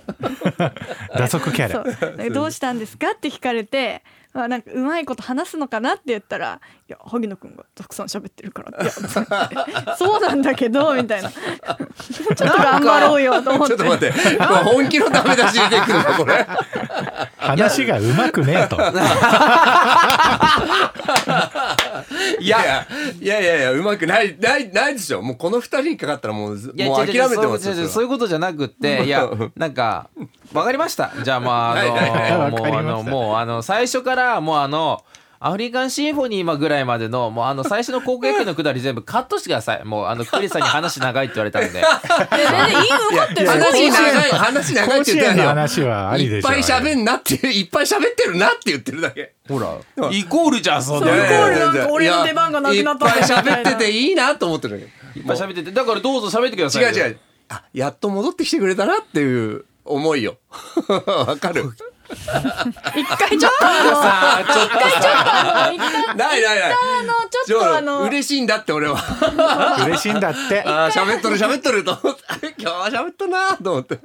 [SPEAKER 2] ら
[SPEAKER 1] 打足キャ
[SPEAKER 4] そ
[SPEAKER 1] ラ
[SPEAKER 4] うなんかどうしたんですかって聞かれて、まあ、なんかうまいこと話すのかなって言ったら「いや萩野くんがたくさん喋ってるから」いや そうなんだけど」みたいな「ちょっと頑張ろうよ」と思っ
[SPEAKER 2] ちょ
[SPEAKER 4] て
[SPEAKER 2] っと待って、これ本気のダメ出し出てくるの、これ。
[SPEAKER 1] 話がうまくねえと
[SPEAKER 2] いや、いやいやいや、うまくない、ない、ないでしょもうこの二人にかかったら、もう、もう諦めてます
[SPEAKER 3] 違う違う違うそういう
[SPEAKER 2] よ。
[SPEAKER 3] そういうことじゃなくって いやなんかわかりましたじゃあまああのも
[SPEAKER 1] は
[SPEAKER 3] う
[SPEAKER 1] い
[SPEAKER 3] あ
[SPEAKER 1] はいわ
[SPEAKER 3] の
[SPEAKER 1] かりました
[SPEAKER 3] もうあの最初からもうあのアフリカンシンフォニー今ぐらいまでのもうあの最初の高校野球のくだり全部カットしてくださいもうあのクリスさんに話長いって言われ たんで
[SPEAKER 4] 全然いいの分かってる
[SPEAKER 2] 話
[SPEAKER 4] 話が
[SPEAKER 2] 長い、話長い
[SPEAKER 1] 甲
[SPEAKER 2] って
[SPEAKER 1] 子
[SPEAKER 2] 言って
[SPEAKER 1] 園の
[SPEAKER 2] ないよ。
[SPEAKER 1] 話はあり
[SPEAKER 2] い
[SPEAKER 1] で
[SPEAKER 2] っ
[SPEAKER 1] しょ
[SPEAKER 2] ぱい喋んなって、いっぱい喋ってるなって言ってるだけ。
[SPEAKER 3] ほらイコールじゃんそん
[SPEAKER 4] イコ
[SPEAKER 3] なの
[SPEAKER 4] ールなんか俺の出番がなくなった
[SPEAKER 2] いやいやいやいっぱい喋ってていいなと思ってるんだ
[SPEAKER 3] いっぱい喋っててだからどうぞ喋ってく
[SPEAKER 2] け
[SPEAKER 3] ださい
[SPEAKER 2] ど。違う違う。あ、やっと戻ってきてくれたなっていう思いよ。 わかる。
[SPEAKER 4] 一回ちょっとあ
[SPEAKER 3] さあちょっと
[SPEAKER 4] のちょっとあの一回
[SPEAKER 2] ないないない。
[SPEAKER 4] あのちょっとあの
[SPEAKER 2] 嬉しいんだって俺 は。
[SPEAKER 1] 嬉しいんだって
[SPEAKER 2] あー喋っとる喋っとると思って今日は喋っとるなーと思って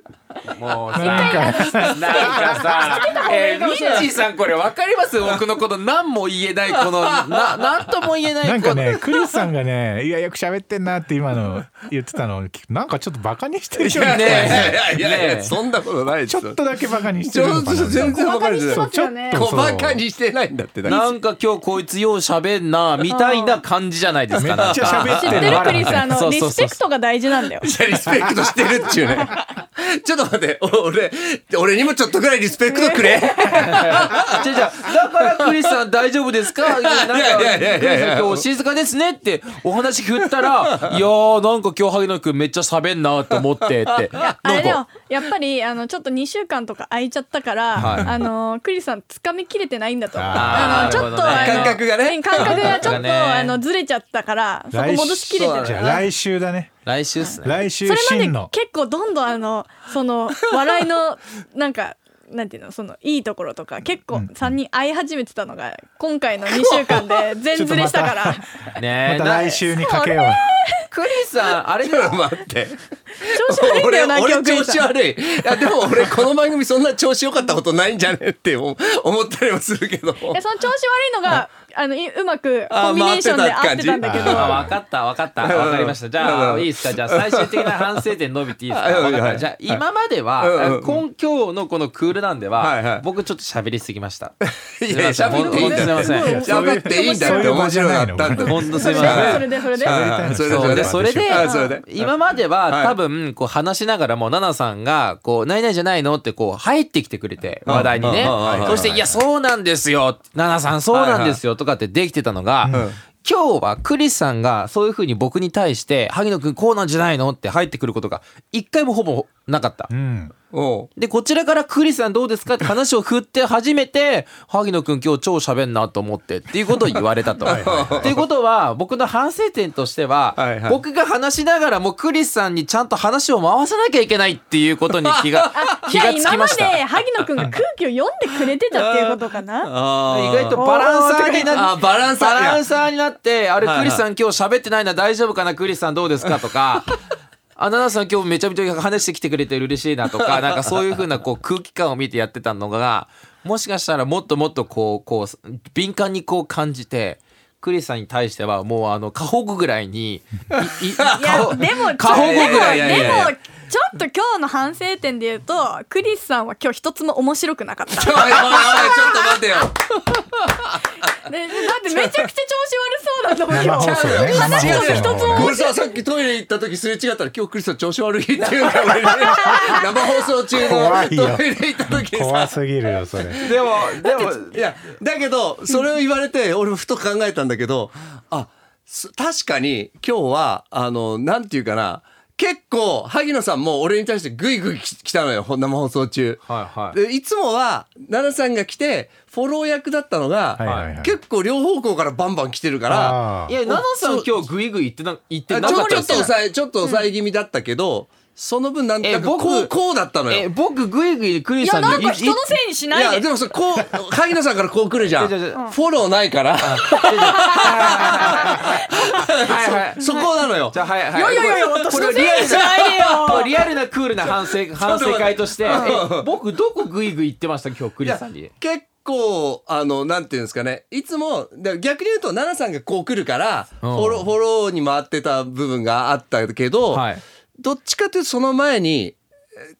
[SPEAKER 3] もうさ、なんかさ、えー、ミッチーさんこれわかります僕のこと何も言えない、この、な、なんとも言えない。
[SPEAKER 1] なんか
[SPEAKER 3] この
[SPEAKER 1] ね、クリスさんがね、いや、よく喋ってんなって今の言ってたのを聞く、なんかちょっとバカにしてるよ
[SPEAKER 3] ね
[SPEAKER 1] ね。
[SPEAKER 2] やいやい
[SPEAKER 3] ね
[SPEAKER 2] や、そんなことないです
[SPEAKER 1] ちょ
[SPEAKER 2] よ
[SPEAKER 1] っとだけバカにし
[SPEAKER 2] ち
[SPEAKER 1] てる
[SPEAKER 2] ょ
[SPEAKER 1] の
[SPEAKER 2] っ
[SPEAKER 1] か
[SPEAKER 2] と全
[SPEAKER 1] な。
[SPEAKER 2] 然わかりづ
[SPEAKER 4] そ
[SPEAKER 2] ら
[SPEAKER 4] う
[SPEAKER 2] い。
[SPEAKER 4] ちょっと
[SPEAKER 2] 小
[SPEAKER 1] そう
[SPEAKER 2] 馬鹿にしてないんだってだから
[SPEAKER 3] なんか今日こいつよう喋んな、みたいな感じじゃないですか。
[SPEAKER 1] めっちゃ喋って
[SPEAKER 4] 知ってるクリスあ
[SPEAKER 3] そ
[SPEAKER 4] の
[SPEAKER 3] う
[SPEAKER 4] リ
[SPEAKER 3] そうそ
[SPEAKER 4] スペ
[SPEAKER 3] う
[SPEAKER 4] クトが大事なんだよ
[SPEAKER 2] いやリスペクトしてるっちゅう ね。ちょっと待って、お俺、俺にもちょっとぐらいリスペクトく れ。
[SPEAKER 3] じゃじゃだからクリスさん大丈夫ですか。いやなんか
[SPEAKER 2] いやいやいやいや
[SPEAKER 3] クリスさん今日お静かですねってお話振ったら、いやーなんか今日萩野君めっちゃ喋んなと思ってって。なん
[SPEAKER 4] あれで
[SPEAKER 3] か
[SPEAKER 4] もやっぱりあのちょっと2週間とか空いちゃったから、
[SPEAKER 3] はい
[SPEAKER 4] あのクリスさんつかみきれてないんだと思う
[SPEAKER 3] あー
[SPEAKER 4] あのちょっと、
[SPEAKER 3] な
[SPEAKER 4] あ
[SPEAKER 3] る
[SPEAKER 4] の
[SPEAKER 2] ほどね感覚がね
[SPEAKER 4] 感覚がちょっ
[SPEAKER 3] 感覚
[SPEAKER 4] と、
[SPEAKER 3] がね
[SPEAKER 4] あのずれちゃったからそこ
[SPEAKER 1] 来週
[SPEAKER 4] 戻しきれてない
[SPEAKER 1] じゃあ来週だね。
[SPEAKER 3] 来週っすね。
[SPEAKER 1] 来週
[SPEAKER 4] それ
[SPEAKER 1] 真
[SPEAKER 4] まで
[SPEAKER 1] の。
[SPEAKER 4] 結構どんどんあのその笑いのなんかなんていうのそのいいところとか結構3人会い始めてたのが今回の2週間で全ズレしたから
[SPEAKER 3] ね
[SPEAKER 1] ま
[SPEAKER 3] え、
[SPEAKER 1] た
[SPEAKER 3] な
[SPEAKER 1] 来週にかけよう。
[SPEAKER 3] クリスさんあれ
[SPEAKER 2] ちょっと待って。
[SPEAKER 4] 調子悪いんだ
[SPEAKER 2] 俺、
[SPEAKER 4] よな今
[SPEAKER 2] 俺
[SPEAKER 4] 日クリ
[SPEAKER 2] 調
[SPEAKER 4] ス
[SPEAKER 2] 子
[SPEAKER 4] さん
[SPEAKER 2] 悪い。いや、でも俺、この番組そんな調子良かったことないんじゃねって思思ったりもするけ ど。
[SPEAKER 4] いやその調子悪いのがあのいうまくコンビネーションで合ってたんだけど
[SPEAKER 2] あー
[SPEAKER 3] あ分かった分かった分かりましたじゃあいいですかじゃあ最終的な反省点伸びていいですか
[SPEAKER 2] はいはい
[SPEAKER 3] 分かったじゃあ今まで
[SPEAKER 2] うんう
[SPEAKER 3] は
[SPEAKER 2] ん
[SPEAKER 3] 今今日のこのクールなんで
[SPEAKER 2] はいは
[SPEAKER 3] はい僕ちょっと喋りすぎました
[SPEAKER 2] いや、喋っていいんだ
[SPEAKER 3] すいません
[SPEAKER 2] って。喋っていいんだって。面白かったんだって。
[SPEAKER 3] 本当すいません
[SPEAKER 2] はい
[SPEAKER 4] それでそれで
[SPEAKER 2] はいはいそれで
[SPEAKER 3] そうでそれで
[SPEAKER 2] はいそれで
[SPEAKER 3] 今までは
[SPEAKER 2] はい
[SPEAKER 3] 多分こう話しながらも奈々さんが「こうないないじゃないの?」ってこう入ってきてくれて話題にね
[SPEAKER 2] うんうんうん
[SPEAKER 3] そして「いやそうなんですよ奈々さんそうなんですよ」とかってできてたのが今日はクリスさんがそういうふうに僕に対して「萩野君こうなんじゃないの?」って入ってくることが一回もほぼなかった
[SPEAKER 1] う。ん。
[SPEAKER 2] おう
[SPEAKER 3] でこちらから「クリスさんどうですか?」って話を振って初めて「萩野君今日超喋んなと思って」っていうことを言われたと。っていうことは僕の反省点としては
[SPEAKER 2] はいはい
[SPEAKER 3] 僕が話しながらもクリスさんにちゃんと話を回さなきゃいけないっていうことに 気が
[SPEAKER 4] じ
[SPEAKER 3] 気
[SPEAKER 4] ゃあ
[SPEAKER 3] がつ
[SPEAKER 4] 今ま
[SPEAKER 3] きま
[SPEAKER 4] で
[SPEAKER 3] した。意
[SPEAKER 4] 萩野くんが空気を読んでくれてたっていうことかな
[SPEAKER 2] あー
[SPEAKER 3] 外とバランサーにな
[SPEAKER 2] あ
[SPEAKER 3] っ
[SPEAKER 2] ーバランサー
[SPEAKER 3] バランサーになってあれ
[SPEAKER 2] はいはい
[SPEAKER 3] クリスさん今日喋ってないな大丈夫かなクリスさんどうですかと か。あナナさん今日めちゃめちゃ話してきてくれて嬉しいな とかなんかそういう風なこう空気感を見てやってたのがもしかしたらもっともっとこうこう敏感にこう感じてクリスさんに対してはもうあの過保護ぐらいに いい
[SPEAKER 4] いや
[SPEAKER 3] 過保
[SPEAKER 4] でも
[SPEAKER 3] 過保護ぐらい
[SPEAKER 4] でも
[SPEAKER 2] いやいやいや
[SPEAKER 4] でもちょっと今日の反省点で言うとクリスさんは今日一つも面白くなかった
[SPEAKER 2] おいおいおいちょっと待てよ。
[SPEAKER 4] でだってめちゃくちゃ調子悪そうなんだもん
[SPEAKER 1] 生
[SPEAKER 4] 今
[SPEAKER 1] 放
[SPEAKER 4] 日
[SPEAKER 1] 送ね。生
[SPEAKER 4] 話
[SPEAKER 1] 放
[SPEAKER 4] の一つ
[SPEAKER 1] 送
[SPEAKER 4] も
[SPEAKER 2] これささっきトイレ行った時すれ違ったら今日クリスさん調子悪いっていうから俺ね生放送中
[SPEAKER 1] 怖いよ
[SPEAKER 2] のトイレ行った時に
[SPEAKER 1] 怖
[SPEAKER 2] さ
[SPEAKER 1] すぎるよ、それ。
[SPEAKER 3] でもでも
[SPEAKER 2] いやだけどそれを言われて俺ふと考えたんだけどあす確かに今日はあのなんていうかな結構萩野さんも俺に対してグイグイき来たのよほん生放送中。
[SPEAKER 3] はいはい
[SPEAKER 2] でいつもは奈々さんが来てフォロー役だったの
[SPEAKER 1] は
[SPEAKER 2] が、
[SPEAKER 1] いはいはい
[SPEAKER 2] 結構両方向からバンバン来てるから。
[SPEAKER 1] あ
[SPEAKER 3] いやナナさん今日グイグイ言ってな言って
[SPEAKER 2] あ
[SPEAKER 3] な
[SPEAKER 2] ち
[SPEAKER 3] か
[SPEAKER 2] ょ
[SPEAKER 3] っ
[SPEAKER 2] ちょ
[SPEAKER 3] たで
[SPEAKER 2] っ
[SPEAKER 3] す
[SPEAKER 2] と
[SPEAKER 3] よ
[SPEAKER 2] 抑えちょっと抑え気味だったけど、その分なん
[SPEAKER 3] え
[SPEAKER 2] なんか
[SPEAKER 3] 僕
[SPEAKER 2] こうこうだったの
[SPEAKER 3] え
[SPEAKER 2] よ。
[SPEAKER 3] 僕グイグイクリ
[SPEAKER 4] い
[SPEAKER 3] スさ
[SPEAKER 4] や
[SPEAKER 3] んに
[SPEAKER 4] なんか人のせいにし
[SPEAKER 2] い
[SPEAKER 4] な
[SPEAKER 2] や
[SPEAKER 4] いで
[SPEAKER 2] でもそれ こう萩野さんからこう来るじゃん。
[SPEAKER 3] い
[SPEAKER 2] フ
[SPEAKER 3] やいやいや
[SPEAKER 2] ォローないから
[SPEAKER 3] はいは い
[SPEAKER 2] そこなのよ。
[SPEAKER 3] じゃあはいはいい
[SPEAKER 4] やいやいや私
[SPEAKER 3] こ
[SPEAKER 4] の
[SPEAKER 3] れ
[SPEAKER 4] せい
[SPEAKER 3] リアル
[SPEAKER 4] にしないで
[SPEAKER 3] もう
[SPEAKER 4] よ
[SPEAKER 3] リアルなクールな反省反省会としてえ僕どこグイグイ言ってました今日ク
[SPEAKER 2] い
[SPEAKER 3] リ
[SPEAKER 2] や
[SPEAKER 3] スさんに
[SPEAKER 2] 結構あのなんていうんですかね。いつもだから逆に言うと奈々さんがこう来るからフ
[SPEAKER 3] うん
[SPEAKER 2] ォローフォローに回ってた部分があったけど、
[SPEAKER 3] はい
[SPEAKER 2] どっちかというとその前にえ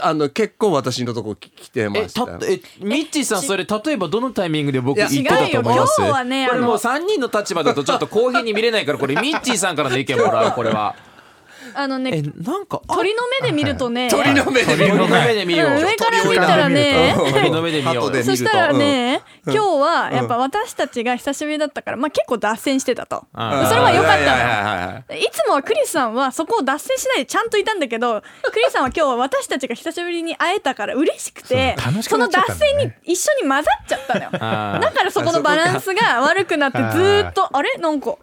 [SPEAKER 2] あの結構私のとこ来来て
[SPEAKER 3] え
[SPEAKER 2] ましたた。
[SPEAKER 3] えミッチーさんそれ例えばどのタイミングで僕言って
[SPEAKER 4] 違
[SPEAKER 3] た
[SPEAKER 4] う
[SPEAKER 3] と
[SPEAKER 4] よ
[SPEAKER 3] 思い
[SPEAKER 4] 今
[SPEAKER 3] ます
[SPEAKER 4] 日はね
[SPEAKER 3] こ
[SPEAKER 4] あ
[SPEAKER 3] れもう
[SPEAKER 4] の
[SPEAKER 3] 3人の立場だとちょっと公平に見れないからこれミッチーさんからの意見もらうこれは
[SPEAKER 4] あの
[SPEAKER 3] え
[SPEAKER 4] ね
[SPEAKER 3] なんかあ
[SPEAKER 4] 鳥の目で見るとね
[SPEAKER 2] 鳥の目で見
[SPEAKER 3] 鳥
[SPEAKER 2] る
[SPEAKER 3] の目で見よ
[SPEAKER 4] うん上
[SPEAKER 3] う
[SPEAKER 4] から見たらね
[SPEAKER 3] 鳥の目で見よ
[SPEAKER 2] 鳩
[SPEAKER 3] う
[SPEAKER 2] で見ると
[SPEAKER 4] そしたらね、今日はやっぱ私たちが久しぶりだったから、まあ、結構脱線してたと、
[SPEAKER 3] うん
[SPEAKER 4] それは良かったの
[SPEAKER 2] いやいやいやいやいや
[SPEAKER 4] いつもはクリスさんはそこを脱線しないでちゃんといたんだけどクリスさんは今日は私たちが久しぶりに会えたから嬉しくて
[SPEAKER 1] そう楽し
[SPEAKER 4] そ
[SPEAKER 1] くなっ
[SPEAKER 4] の
[SPEAKER 1] ちゃっ
[SPEAKER 4] 脱
[SPEAKER 1] たんだね
[SPEAKER 4] 線に一緒に混ざっちゃったのよ
[SPEAKER 3] あー
[SPEAKER 4] だからそこのバランスが悪くなってずーっとあれなんか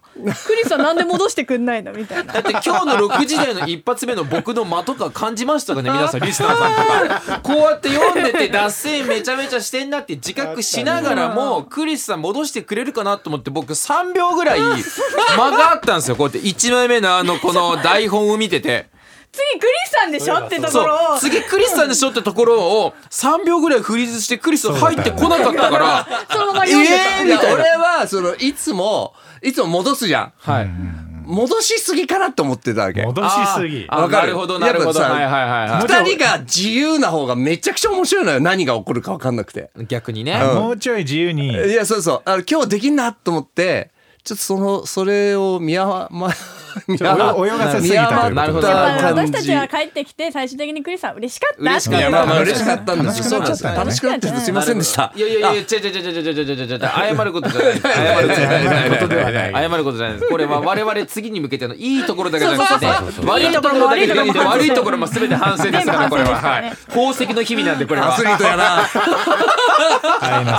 [SPEAKER 4] クリスさんなんで戻してくんないのみたいな
[SPEAKER 3] だって今日の6時台の一発目の僕の間とか感じましたかね皆さんリスナーさんとかこうやって読んでて脱線めちゃめちゃしてんなって自覚しながらもクリスさん戻してくれるかなと思って僕3秒ぐらい間があったんですよこうやって1枚目のあのこの台本を見てて。
[SPEAKER 4] 次クリスさんでしょってところを
[SPEAKER 3] 次クリスさんでしょってところを3秒ぐらいフリーズしてクリス入ってこなかったから
[SPEAKER 4] そのまま
[SPEAKER 2] い
[SPEAKER 4] 読んでた、
[SPEAKER 2] や俺はそのいつもいつも戻すじゃん
[SPEAKER 3] はい
[SPEAKER 2] 戻しすぎかなと思ってたわけ
[SPEAKER 1] 戻しすぎ
[SPEAKER 3] あ
[SPEAKER 2] わかる
[SPEAKER 3] なるほどなるほど
[SPEAKER 2] やっぱさ
[SPEAKER 3] はいはいはいは
[SPEAKER 2] 二人が自由な方がめちゃくちゃ面白いのよ何が起こるか分かんなくて
[SPEAKER 3] い逆にね
[SPEAKER 1] あもうちょい自由に
[SPEAKER 2] いやそうそうあの今日できんなと思ってちょっとそのそれを見あま見
[SPEAKER 1] 泳がせすぎたということ
[SPEAKER 2] 見余っ
[SPEAKER 3] な
[SPEAKER 4] やっぱ
[SPEAKER 2] た
[SPEAKER 4] り
[SPEAKER 2] 感
[SPEAKER 4] 私た
[SPEAKER 2] じ
[SPEAKER 4] ちが帰ってきて最終的にクリスさん嬉しかった
[SPEAKER 3] 嬉し
[SPEAKER 4] っ
[SPEAKER 2] い
[SPEAKER 4] てい
[SPEAKER 3] かった
[SPEAKER 2] や
[SPEAKER 4] う
[SPEAKER 2] まあまあ嬉しかったんですよ
[SPEAKER 1] 楽し
[SPEAKER 2] そう
[SPEAKER 1] く
[SPEAKER 2] なん
[SPEAKER 1] なっ
[SPEAKER 2] で
[SPEAKER 1] ちゃったんだね
[SPEAKER 2] す楽しくなっちゃってすいませんでした
[SPEAKER 3] いやいやいや、ちょいちょいちょいちょいちょいちょいちょいちょい謝ることじゃ ない。謝 ることじゃない。謝ることじゃないです。これは我々次に向けてのいいところだけじゃなくて、悪いところもだけじゃなくて、悪いところも全て反省ですから、これは。はい。宝石の日々なんで、これ
[SPEAKER 2] ア
[SPEAKER 3] は
[SPEAKER 2] ス。リートやな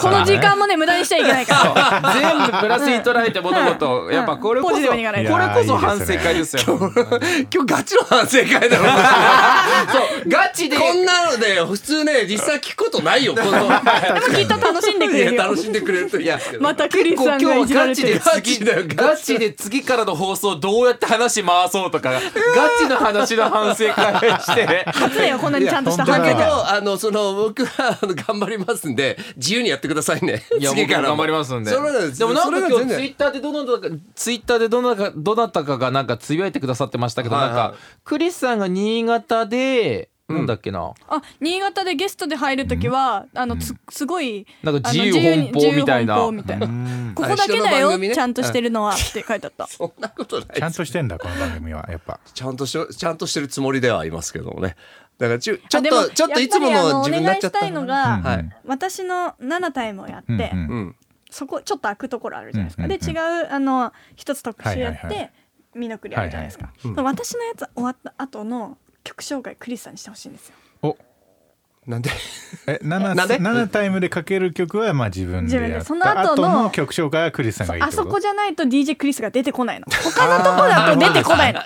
[SPEAKER 4] この時間もね無駄にしちゃいけないから
[SPEAKER 3] 全部プラスに捉えて物事 を、やっぱこれこそ、これこそ反省会ですよ。そう、
[SPEAKER 2] 今日ガチの反省会だろ
[SPEAKER 3] ガチで。
[SPEAKER 2] こんなので普通ね実際聞くこと ないよこの
[SPEAKER 4] きっと楽しんでく
[SPEAKER 2] い
[SPEAKER 4] れ
[SPEAKER 2] や
[SPEAKER 4] るよ
[SPEAKER 2] 楽しんでくれるといいですけど
[SPEAKER 4] またクリス
[SPEAKER 3] こう
[SPEAKER 4] さん
[SPEAKER 3] 今
[SPEAKER 4] がい
[SPEAKER 3] 日
[SPEAKER 4] じら
[SPEAKER 3] ガ
[SPEAKER 4] れ
[SPEAKER 3] チ
[SPEAKER 4] て
[SPEAKER 3] で
[SPEAKER 4] る
[SPEAKER 3] 次ガチで次からの放送どうやって話回そうとかガチの話の反省会して
[SPEAKER 4] 初だよこんなにちゃんとした
[SPEAKER 1] いや
[SPEAKER 4] 反
[SPEAKER 2] だ
[SPEAKER 1] 本
[SPEAKER 2] け
[SPEAKER 4] 応
[SPEAKER 1] 当だ
[SPEAKER 2] どあのその僕はあの頑張りますんで自由にやってくださいね
[SPEAKER 3] いや
[SPEAKER 2] 次
[SPEAKER 3] 僕
[SPEAKER 2] か
[SPEAKER 3] も
[SPEAKER 2] らも
[SPEAKER 3] 頑張りますんで
[SPEAKER 2] それ
[SPEAKER 3] でもなん
[SPEAKER 2] それ
[SPEAKER 3] か
[SPEAKER 2] が
[SPEAKER 3] 今
[SPEAKER 2] 全
[SPEAKER 3] 日ツ
[SPEAKER 2] 然
[SPEAKER 3] イッターでどなたかツイッターでどなたかどなたかがなんかつぶやいてくださってましたけど、
[SPEAKER 2] はいはい
[SPEAKER 3] なんかクリスさんが新潟で、なんだっけな
[SPEAKER 4] あ新潟でゲストで入るときはあのつすごい
[SPEAKER 3] なんか
[SPEAKER 4] あの
[SPEAKER 3] 自由奔放みたい
[SPEAKER 4] 自由
[SPEAKER 3] な
[SPEAKER 4] 奔放みたいな
[SPEAKER 1] うん
[SPEAKER 4] ここだけだ
[SPEAKER 2] あ人の番
[SPEAKER 4] よ
[SPEAKER 2] 組ね
[SPEAKER 4] ちゃんとしてるのはって書いてあった
[SPEAKER 2] そんなことない
[SPEAKER 1] ちゃんとしてんだこの番組はやっぱ
[SPEAKER 2] ちゃんとしちゃんとしてるつもりではいますけどもねだからちゅちょ
[SPEAKER 4] あ
[SPEAKER 2] っ
[SPEAKER 4] でも
[SPEAKER 2] とちょっといつも
[SPEAKER 4] やっぱりあ
[SPEAKER 2] の自分になっちゃった
[SPEAKER 4] お願いしたいの
[SPEAKER 1] うん
[SPEAKER 4] が
[SPEAKER 2] は
[SPEAKER 1] う
[SPEAKER 2] い
[SPEAKER 1] ん
[SPEAKER 4] 私の7タイムをやって、
[SPEAKER 1] うんうん
[SPEAKER 2] うん
[SPEAKER 4] そこちょっと開くところあるじゃないですか、
[SPEAKER 1] うんうんうん
[SPEAKER 4] で違うあの一つ特集やって、
[SPEAKER 1] はいはいは
[SPEAKER 4] 見送りあるじゃないですか、その私のやつ終わった後の曲紹介クリスさんにしてほしいんですよ
[SPEAKER 1] お
[SPEAKER 2] なんで
[SPEAKER 1] え七
[SPEAKER 2] なんで
[SPEAKER 1] 七タイムでかける曲はまあ自分で
[SPEAKER 4] 自分
[SPEAKER 1] や
[SPEAKER 4] で
[SPEAKER 1] っ
[SPEAKER 4] その後
[SPEAKER 1] た
[SPEAKER 4] の
[SPEAKER 1] 後の曲紹介はクリスさんがいいっ
[SPEAKER 4] あ
[SPEAKER 1] てこと
[SPEAKER 4] そこじゃないと DJ クリスが出てこないの他のとこだと出てこないの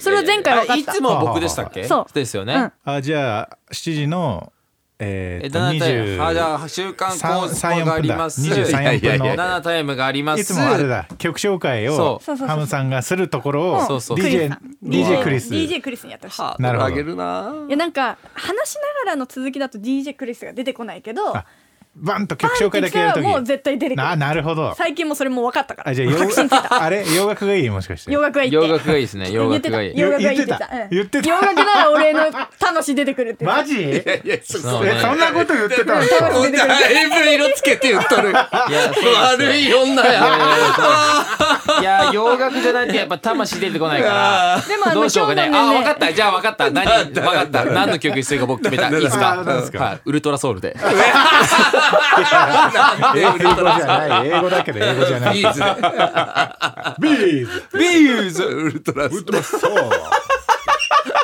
[SPEAKER 4] それを前回分か
[SPEAKER 3] あ
[SPEAKER 4] っ
[SPEAKER 3] い
[SPEAKER 4] た
[SPEAKER 3] つもは僕でしたっけ
[SPEAKER 4] そう
[SPEAKER 3] ですよね、
[SPEAKER 4] うん
[SPEAKER 1] あじゃあ7時のえー
[SPEAKER 3] え
[SPEAKER 1] っと
[SPEAKER 3] 7タイムあじ
[SPEAKER 1] 20
[SPEAKER 3] ゃあ週刊講座
[SPEAKER 1] 三
[SPEAKER 3] があります
[SPEAKER 1] 三四分だ23
[SPEAKER 2] 23
[SPEAKER 1] 4
[SPEAKER 2] いやいや
[SPEAKER 1] 分
[SPEAKER 2] い
[SPEAKER 1] の
[SPEAKER 2] や
[SPEAKER 3] 7タイムがあります
[SPEAKER 1] いつもあれだ曲紹介を
[SPEAKER 4] そうそうそうそう
[SPEAKER 1] ハムさんがするところを
[SPEAKER 3] そうそう
[SPEAKER 1] DJ
[SPEAKER 4] クリス
[SPEAKER 1] DJ クリス
[SPEAKER 4] DJ クリスにやってほしい
[SPEAKER 2] ハ
[SPEAKER 1] な
[SPEAKER 2] ー
[SPEAKER 1] る
[SPEAKER 2] ド
[SPEAKER 1] ほ
[SPEAKER 2] ル
[SPEAKER 1] ど
[SPEAKER 2] 上げるない
[SPEAKER 4] やなんか話しながらの続きだと DJ クリスが出てこないけど
[SPEAKER 1] あバンと曲紹介だけやるとき
[SPEAKER 4] バンって来たらもう絶対出てくる
[SPEAKER 1] あなるほど
[SPEAKER 4] 最近もそれも分かったから
[SPEAKER 1] あじゃあ洋
[SPEAKER 4] 確信ついた
[SPEAKER 1] あれ洋楽がいいもしかして
[SPEAKER 4] 洋楽がいいって
[SPEAKER 3] 洋楽がいいですね洋楽がいい
[SPEAKER 4] 言ってた洋楽がいいって言ってた
[SPEAKER 1] 言ってた
[SPEAKER 4] うん洋楽なら俺の魂出てくるって言って
[SPEAKER 1] マジえ
[SPEAKER 2] いやそ
[SPEAKER 3] そ
[SPEAKER 2] こ
[SPEAKER 3] うね
[SPEAKER 1] そんなこと言ってたんですか
[SPEAKER 2] もうだいぶ色つけて言っとる悪い女や
[SPEAKER 3] いや洋楽じゃないとやっぱ魂出てこないから
[SPEAKER 4] たでもあ
[SPEAKER 3] ど
[SPEAKER 4] の
[SPEAKER 3] うしようかね
[SPEAKER 4] 今日
[SPEAKER 3] あ
[SPEAKER 4] の
[SPEAKER 3] 分か
[SPEAKER 4] ね
[SPEAKER 3] ったじゃあ分かった何分かった何の曲にするか僕決めたいいです
[SPEAKER 1] あ何です
[SPEAKER 3] か
[SPEAKER 1] か
[SPEAKER 3] はいウルトラソウルで
[SPEAKER 1] 英語じゃない英語だけど英語じゃない
[SPEAKER 2] ビーズで
[SPEAKER 1] ビーズ
[SPEAKER 2] ビーズウルトラス
[SPEAKER 1] そう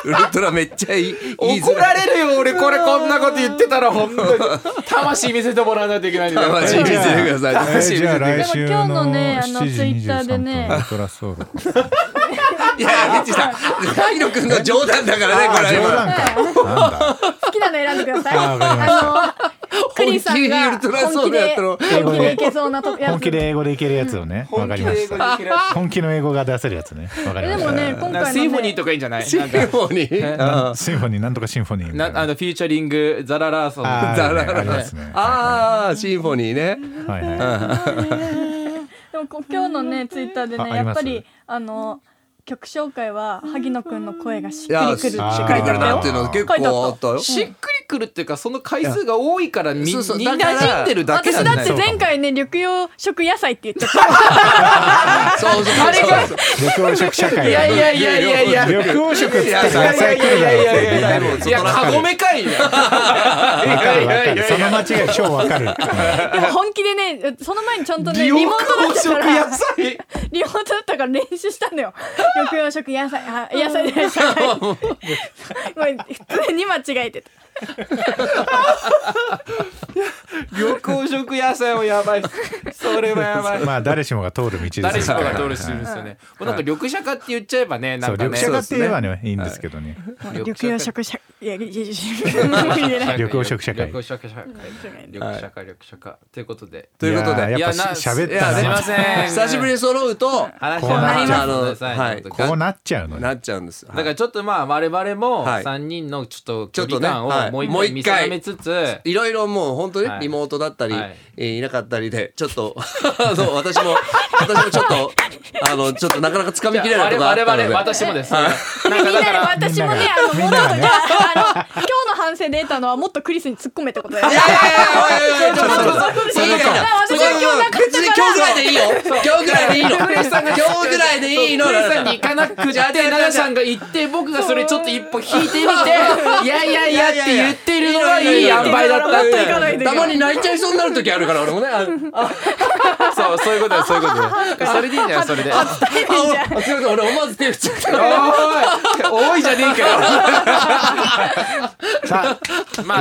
[SPEAKER 2] ウルトラめっちゃいいいいズ
[SPEAKER 3] 怒られるよ俺これこんなこと言って たら本当に魂見せてもらわないといけないんだよ
[SPEAKER 2] 魂見せてくださ
[SPEAKER 1] え
[SPEAKER 2] い
[SPEAKER 1] じゃあ来
[SPEAKER 4] で
[SPEAKER 1] 週
[SPEAKER 4] も今
[SPEAKER 1] の
[SPEAKER 4] 日のねあの
[SPEAKER 1] 7時
[SPEAKER 4] Twitter
[SPEAKER 1] 23
[SPEAKER 4] で
[SPEAKER 1] 分
[SPEAKER 4] ね
[SPEAKER 1] ウルトラソウル
[SPEAKER 2] いやミッチーさん大野くんの冗談だからねこれ
[SPEAKER 1] 冗
[SPEAKER 2] は
[SPEAKER 1] 談かなんだ
[SPEAKER 4] 好きなの選んでください
[SPEAKER 1] あわかりま
[SPEAKER 4] あのクリスさん
[SPEAKER 2] 本気で
[SPEAKER 4] が
[SPEAKER 2] ウルトラソウ
[SPEAKER 4] 本気
[SPEAKER 2] ルやった
[SPEAKER 4] で
[SPEAKER 2] の
[SPEAKER 4] 本気でいけそうなとこやつ
[SPEAKER 1] 本気で英語でいけるやつをねわかりま した本気の英語が出せるやつねわかり
[SPEAKER 4] で
[SPEAKER 1] ま
[SPEAKER 4] も
[SPEAKER 1] し
[SPEAKER 4] ね今
[SPEAKER 3] なんか
[SPEAKER 4] 回
[SPEAKER 3] シンフ
[SPEAKER 4] の
[SPEAKER 3] ォ
[SPEAKER 4] ね
[SPEAKER 3] ニーとかいいんじゃない
[SPEAKER 2] シ
[SPEAKER 3] なんか
[SPEAKER 2] ンフォニー
[SPEAKER 1] たシンフォニーなんとかシンフォニーみたい
[SPEAKER 3] なあ
[SPEAKER 1] な
[SPEAKER 3] のフィーチャリングザララーソンみたいな
[SPEAKER 1] あ
[SPEAKER 2] だ
[SPEAKER 1] ーね
[SPEAKER 2] から
[SPEAKER 1] ありますね
[SPEAKER 2] ああシンフォニーね
[SPEAKER 1] はいは
[SPEAKER 4] でもこ今日のねツイッターで
[SPEAKER 1] あ
[SPEAKER 4] ね
[SPEAKER 1] あ
[SPEAKER 4] や
[SPEAKER 1] り
[SPEAKER 4] っ
[SPEAKER 1] ま
[SPEAKER 4] ぱ
[SPEAKER 1] す
[SPEAKER 4] りあの曲紹介は萩野くんの声がしっ
[SPEAKER 2] い
[SPEAKER 4] くりくるって書い
[SPEAKER 1] しっくりく
[SPEAKER 4] てあっ
[SPEAKER 1] る
[SPEAKER 4] た
[SPEAKER 1] な
[SPEAKER 4] よ
[SPEAKER 1] っていうの
[SPEAKER 2] 結構あったよ。
[SPEAKER 3] しっくりくるっていうかその回数が多いからみみん
[SPEAKER 2] そ
[SPEAKER 3] な
[SPEAKER 2] うそう
[SPEAKER 3] 馴
[SPEAKER 2] だから
[SPEAKER 3] 染んでるだけ
[SPEAKER 4] 私
[SPEAKER 3] なん
[SPEAKER 4] だっ
[SPEAKER 3] だ
[SPEAKER 4] て
[SPEAKER 3] よ
[SPEAKER 4] 前回ね緑養食野菜って言っちゃった
[SPEAKER 2] そうそうそう
[SPEAKER 3] あれが
[SPEAKER 1] い緑黄色社会
[SPEAKER 3] いやいやいやいやいや
[SPEAKER 1] 緑黄色って言ったら野菜来るだろうってみんなね
[SPEAKER 3] いやカゴメかいよい
[SPEAKER 1] わか
[SPEAKER 3] や
[SPEAKER 1] る
[SPEAKER 3] い
[SPEAKER 1] わ
[SPEAKER 3] や
[SPEAKER 1] か
[SPEAKER 3] い
[SPEAKER 1] る
[SPEAKER 3] や
[SPEAKER 1] その間違い超わかる
[SPEAKER 4] でも本気でねその前にちゃんと ねリ
[SPEAKER 3] 美
[SPEAKER 4] モ
[SPEAKER 3] 容
[SPEAKER 4] ートだった
[SPEAKER 3] 家食
[SPEAKER 4] か
[SPEAKER 3] 野
[SPEAKER 4] ら
[SPEAKER 3] 菜
[SPEAKER 4] リモートだったから練習したんだよ緑養食野菜あ野菜で野菜もう普通に間違えてた
[SPEAKER 3] 緑黄色野菜はやばいっすそれは やばい
[SPEAKER 1] まあ誰しもが通る道です
[SPEAKER 3] 誰しもが通る
[SPEAKER 1] し
[SPEAKER 3] しですよね、もうなんか緑茶化って言っちゃえばねな
[SPEAKER 1] そ
[SPEAKER 3] ん
[SPEAKER 1] う
[SPEAKER 3] か
[SPEAKER 1] 緑
[SPEAKER 3] ね
[SPEAKER 1] 茶
[SPEAKER 2] 化
[SPEAKER 1] がって言えばねいいんですけどね
[SPEAKER 4] 緑黄色社いやいやいやいや言えない
[SPEAKER 1] 緑黄色社会
[SPEAKER 3] 緑黄色社会緑茶化緑茶化ということで
[SPEAKER 2] ということで
[SPEAKER 1] やーやっ
[SPEAKER 3] いやな
[SPEAKER 1] ぱし喋
[SPEAKER 3] い
[SPEAKER 1] った
[SPEAKER 3] やすいま
[SPEAKER 1] な
[SPEAKER 3] せん
[SPEAKER 2] 久しぶりに揃うと
[SPEAKER 3] 話
[SPEAKER 1] こうなっちゃう
[SPEAKER 3] の
[SPEAKER 2] はい
[SPEAKER 1] こうなっちゃうのよ
[SPEAKER 2] なっちゃうんです。だ
[SPEAKER 3] だからちょっとまあ我々も
[SPEAKER 2] はい
[SPEAKER 3] 3人のちょっと
[SPEAKER 2] ちょ
[SPEAKER 3] 距
[SPEAKER 2] っと
[SPEAKER 3] 離
[SPEAKER 2] ね
[SPEAKER 3] 感
[SPEAKER 2] はい
[SPEAKER 3] をもう一
[SPEAKER 2] もう一
[SPEAKER 3] 回
[SPEAKER 2] 回
[SPEAKER 3] 見定めつつ
[SPEAKER 2] いろいろもう本当に
[SPEAKER 3] はい
[SPEAKER 2] リモートだったり、
[SPEAKER 3] はい
[SPEAKER 2] えーいなかったりで、ちょっと、あの、私も、私もちょっと、あの、ちょっとなかなか掴みきれない
[SPEAKER 3] 我
[SPEAKER 2] とかあったので。
[SPEAKER 3] 々私もです
[SPEAKER 4] みんなで私もねあのもうちょっとじゃああの今日の反省で得たのはもっとクリスに突っ込めってことだよね
[SPEAKER 2] いやいやいやおいおいおいちょっとちょっと
[SPEAKER 4] そういうこと
[SPEAKER 2] いやいや
[SPEAKER 4] 私は今日なかったから
[SPEAKER 2] 別に今日ぐらいでいいよ今日ぐらいでいいの今日ぐらいでいいの
[SPEAKER 3] クリスさんに行かなくて、奈良さんが行って、僕がそれちょっと一歩引いてみて、いやいやいやって言ってるのがいい塩梅だったっ
[SPEAKER 4] いやいやいやいやいやいやいやいやいやいやいやいやないといけ
[SPEAKER 3] て。
[SPEAKER 2] た
[SPEAKER 4] ない
[SPEAKER 2] まに泣いちゃいそうになる時あるから俺もねああ
[SPEAKER 3] そう、そういうことだよ、そういうことだよ。それでいいんじゃないそれで。
[SPEAKER 2] あすいません俺思わず手振っちゃった
[SPEAKER 3] おい多いじゃねえか
[SPEAKER 1] さ
[SPEAKER 3] よ。
[SPEAKER 1] あ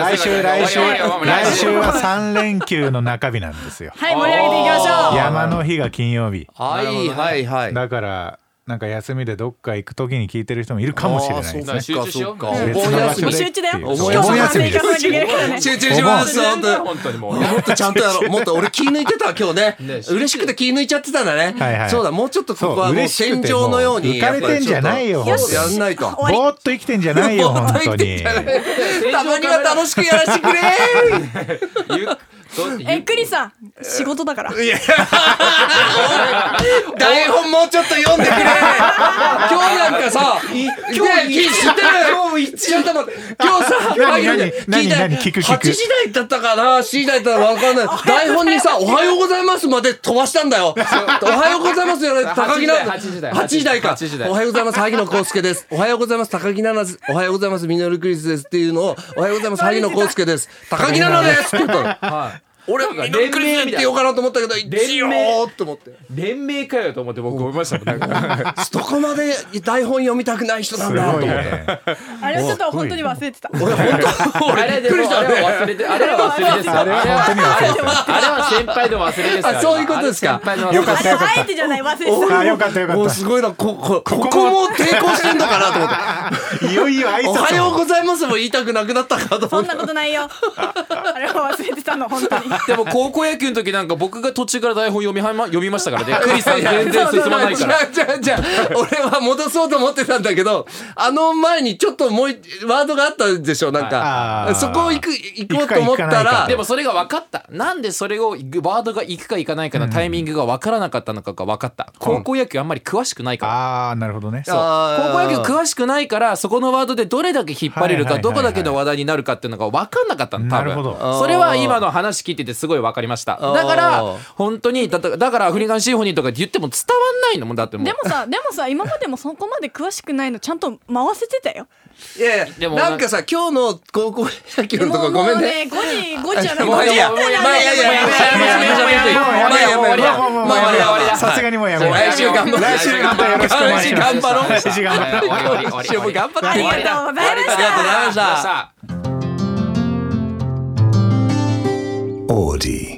[SPEAKER 1] 来週来週来週は
[SPEAKER 3] は
[SPEAKER 1] 3連休の中日なんですよ
[SPEAKER 4] はい盛り上げていきましょう
[SPEAKER 1] 山の日が金曜日
[SPEAKER 2] はいはいはい
[SPEAKER 1] だからなんか休みでどっか行く時に聞いてる人もいるかもしれないですね
[SPEAKER 3] 集中しよう
[SPEAKER 2] そっかそっか
[SPEAKER 1] 別
[SPEAKER 2] お
[SPEAKER 1] の
[SPEAKER 2] 盆
[SPEAKER 1] 場
[SPEAKER 2] 休
[SPEAKER 1] 所
[SPEAKER 2] み
[SPEAKER 1] で
[SPEAKER 4] 集中だ
[SPEAKER 1] っ
[SPEAKER 4] よ
[SPEAKER 1] て
[SPEAKER 4] 今
[SPEAKER 1] いう
[SPEAKER 4] 日
[SPEAKER 2] お
[SPEAKER 4] の
[SPEAKER 2] 盆
[SPEAKER 4] 反省
[SPEAKER 1] 休み
[SPEAKER 4] 行
[SPEAKER 1] で
[SPEAKER 4] か
[SPEAKER 1] す
[SPEAKER 4] なきゃいけないからね
[SPEAKER 2] 集中します本当に
[SPEAKER 3] 本当にもう。
[SPEAKER 2] もっとちゃんとやろ うもっと俺気抜いてたわ今日ね
[SPEAKER 3] ね
[SPEAKER 2] 嬉しくて気抜いちゃってたんだね、
[SPEAKER 1] はいはい
[SPEAKER 2] そうだもうちょっとここ
[SPEAKER 1] そ
[SPEAKER 2] は
[SPEAKER 1] う
[SPEAKER 2] もう
[SPEAKER 1] 嬉しくて
[SPEAKER 2] 戦場のよう
[SPEAKER 1] もう浮
[SPEAKER 2] に
[SPEAKER 1] かれてんじゃないよ
[SPEAKER 2] やっぱりちょっと
[SPEAKER 1] よし
[SPEAKER 2] やんないと
[SPEAKER 4] 終わ
[SPEAKER 1] ぼーっと生きてんじゃないよ本当に
[SPEAKER 2] たまには楽しくやらせて くれ
[SPEAKER 4] りえクリスさん仕事だから
[SPEAKER 2] 台本もうちょっと読んでく れ今日なんかさ今日知ってる今日ちょっと待って今日さ
[SPEAKER 1] 何
[SPEAKER 2] あいやいや
[SPEAKER 1] 何
[SPEAKER 2] 聞いた
[SPEAKER 1] 何聞く聞く
[SPEAKER 2] 8時台だったかな7時台だったかわかんない台本にさ「おはようございます」まで飛ばしたんだよ「おはようございます」じゃない高木な
[SPEAKER 3] 8時台
[SPEAKER 2] 8時台か
[SPEAKER 3] 8時台
[SPEAKER 2] おはようございます萩野公介ですおはようございます高木奈々ですおはようございますミノルクリスですっていうのをおはようございます萩野公介です高木奈々ですって言ったの俺はミノルクリスって言おうかなと思ったけど一応ーって思って
[SPEAKER 3] 連名かよと思って僕思いましたもんなんか。
[SPEAKER 2] どこまで台本読みたくない人なん
[SPEAKER 1] す
[SPEAKER 2] だと
[SPEAKER 1] ごい
[SPEAKER 2] 思って。
[SPEAKER 1] ね
[SPEAKER 4] あれはちょっと本当に忘れてた
[SPEAKER 3] あれでもあれは忘れてあれは忘れですよ。あれは
[SPEAKER 1] 本当に忘れてた
[SPEAKER 3] あれは先輩でも忘れですよ。
[SPEAKER 2] あそういうことですか
[SPEAKER 3] あれは先輩の
[SPEAKER 1] よ
[SPEAKER 3] 忘
[SPEAKER 1] か
[SPEAKER 3] れ
[SPEAKER 1] った
[SPEAKER 4] あれ
[SPEAKER 1] よかっ
[SPEAKER 4] あえてじゃない忘れてた
[SPEAKER 1] たあよかったよか
[SPEAKER 2] もう
[SPEAKER 1] っ
[SPEAKER 2] すごいな、こ、こ、ここも抵抗してんのかなと思って。
[SPEAKER 1] たいよいよ挨拶
[SPEAKER 2] おはようございますも言いたくなくなったかと思
[SPEAKER 4] そ
[SPEAKER 2] っ
[SPEAKER 4] ん
[SPEAKER 2] て。
[SPEAKER 4] なことないよ。あれは忘れてたの、本当に。
[SPEAKER 3] でも高校野球の時なんか僕が途中から台本読みはま読みましたからね。クリスさん全然進まないから。
[SPEAKER 2] じゃあじゃあじゃあ俺は戻そうと思ってたんだけど、あの前にちょっともう一、ワードがあったでしょ、なん
[SPEAKER 1] は
[SPEAKER 2] か。
[SPEAKER 1] い
[SPEAKER 2] そこを行く、行こうと思
[SPEAKER 1] 行くか行
[SPEAKER 2] った
[SPEAKER 1] かない
[SPEAKER 2] ら
[SPEAKER 1] か
[SPEAKER 3] で、もそれが分かった。なんでそれをワードが行くか行かないかのタイミングが分からなかったのかが分かった。高校野球あんまり詳しくないから。
[SPEAKER 1] ああなるほどね
[SPEAKER 2] そう
[SPEAKER 3] 高校野球詳しくないからそこのワードでどれだけ引っ張れる
[SPEAKER 1] は
[SPEAKER 3] か
[SPEAKER 1] いはい
[SPEAKER 3] ど
[SPEAKER 1] はいは
[SPEAKER 3] こ
[SPEAKER 1] い
[SPEAKER 3] だけの話題になるかっていうのが分かんなかったの多
[SPEAKER 1] なるほ
[SPEAKER 3] 分
[SPEAKER 1] ど
[SPEAKER 3] それは今の話聞いててすごい分かりましただから
[SPEAKER 2] あー
[SPEAKER 3] 本当にだだだからアフリカンシンフォニーとか言っても伝わんないのもんだってもう
[SPEAKER 4] でもさ、でもさ、今までもそこまで詳しくないの、ちゃんと回せてたよ。
[SPEAKER 2] いやい
[SPEAKER 3] で
[SPEAKER 2] や、
[SPEAKER 3] も
[SPEAKER 2] なんかさ、今日の高校野球のとこごめんね。
[SPEAKER 4] もうね、5時、5時じゃない。
[SPEAKER 2] もういいや
[SPEAKER 4] 5
[SPEAKER 2] もういいや
[SPEAKER 4] 時
[SPEAKER 2] もういいやもういいや
[SPEAKER 1] さすがにもうやめよう
[SPEAKER 2] 来週頑張ろう。
[SPEAKER 1] 来週頑張ろうよろしくお願いします
[SPEAKER 2] 来週頑張ろう。
[SPEAKER 1] 来週頑張ろう
[SPEAKER 2] 来週も頑張って。
[SPEAKER 4] ありがとうございました。
[SPEAKER 2] ありがとうございました。
[SPEAKER 3] さあ
[SPEAKER 5] Audi.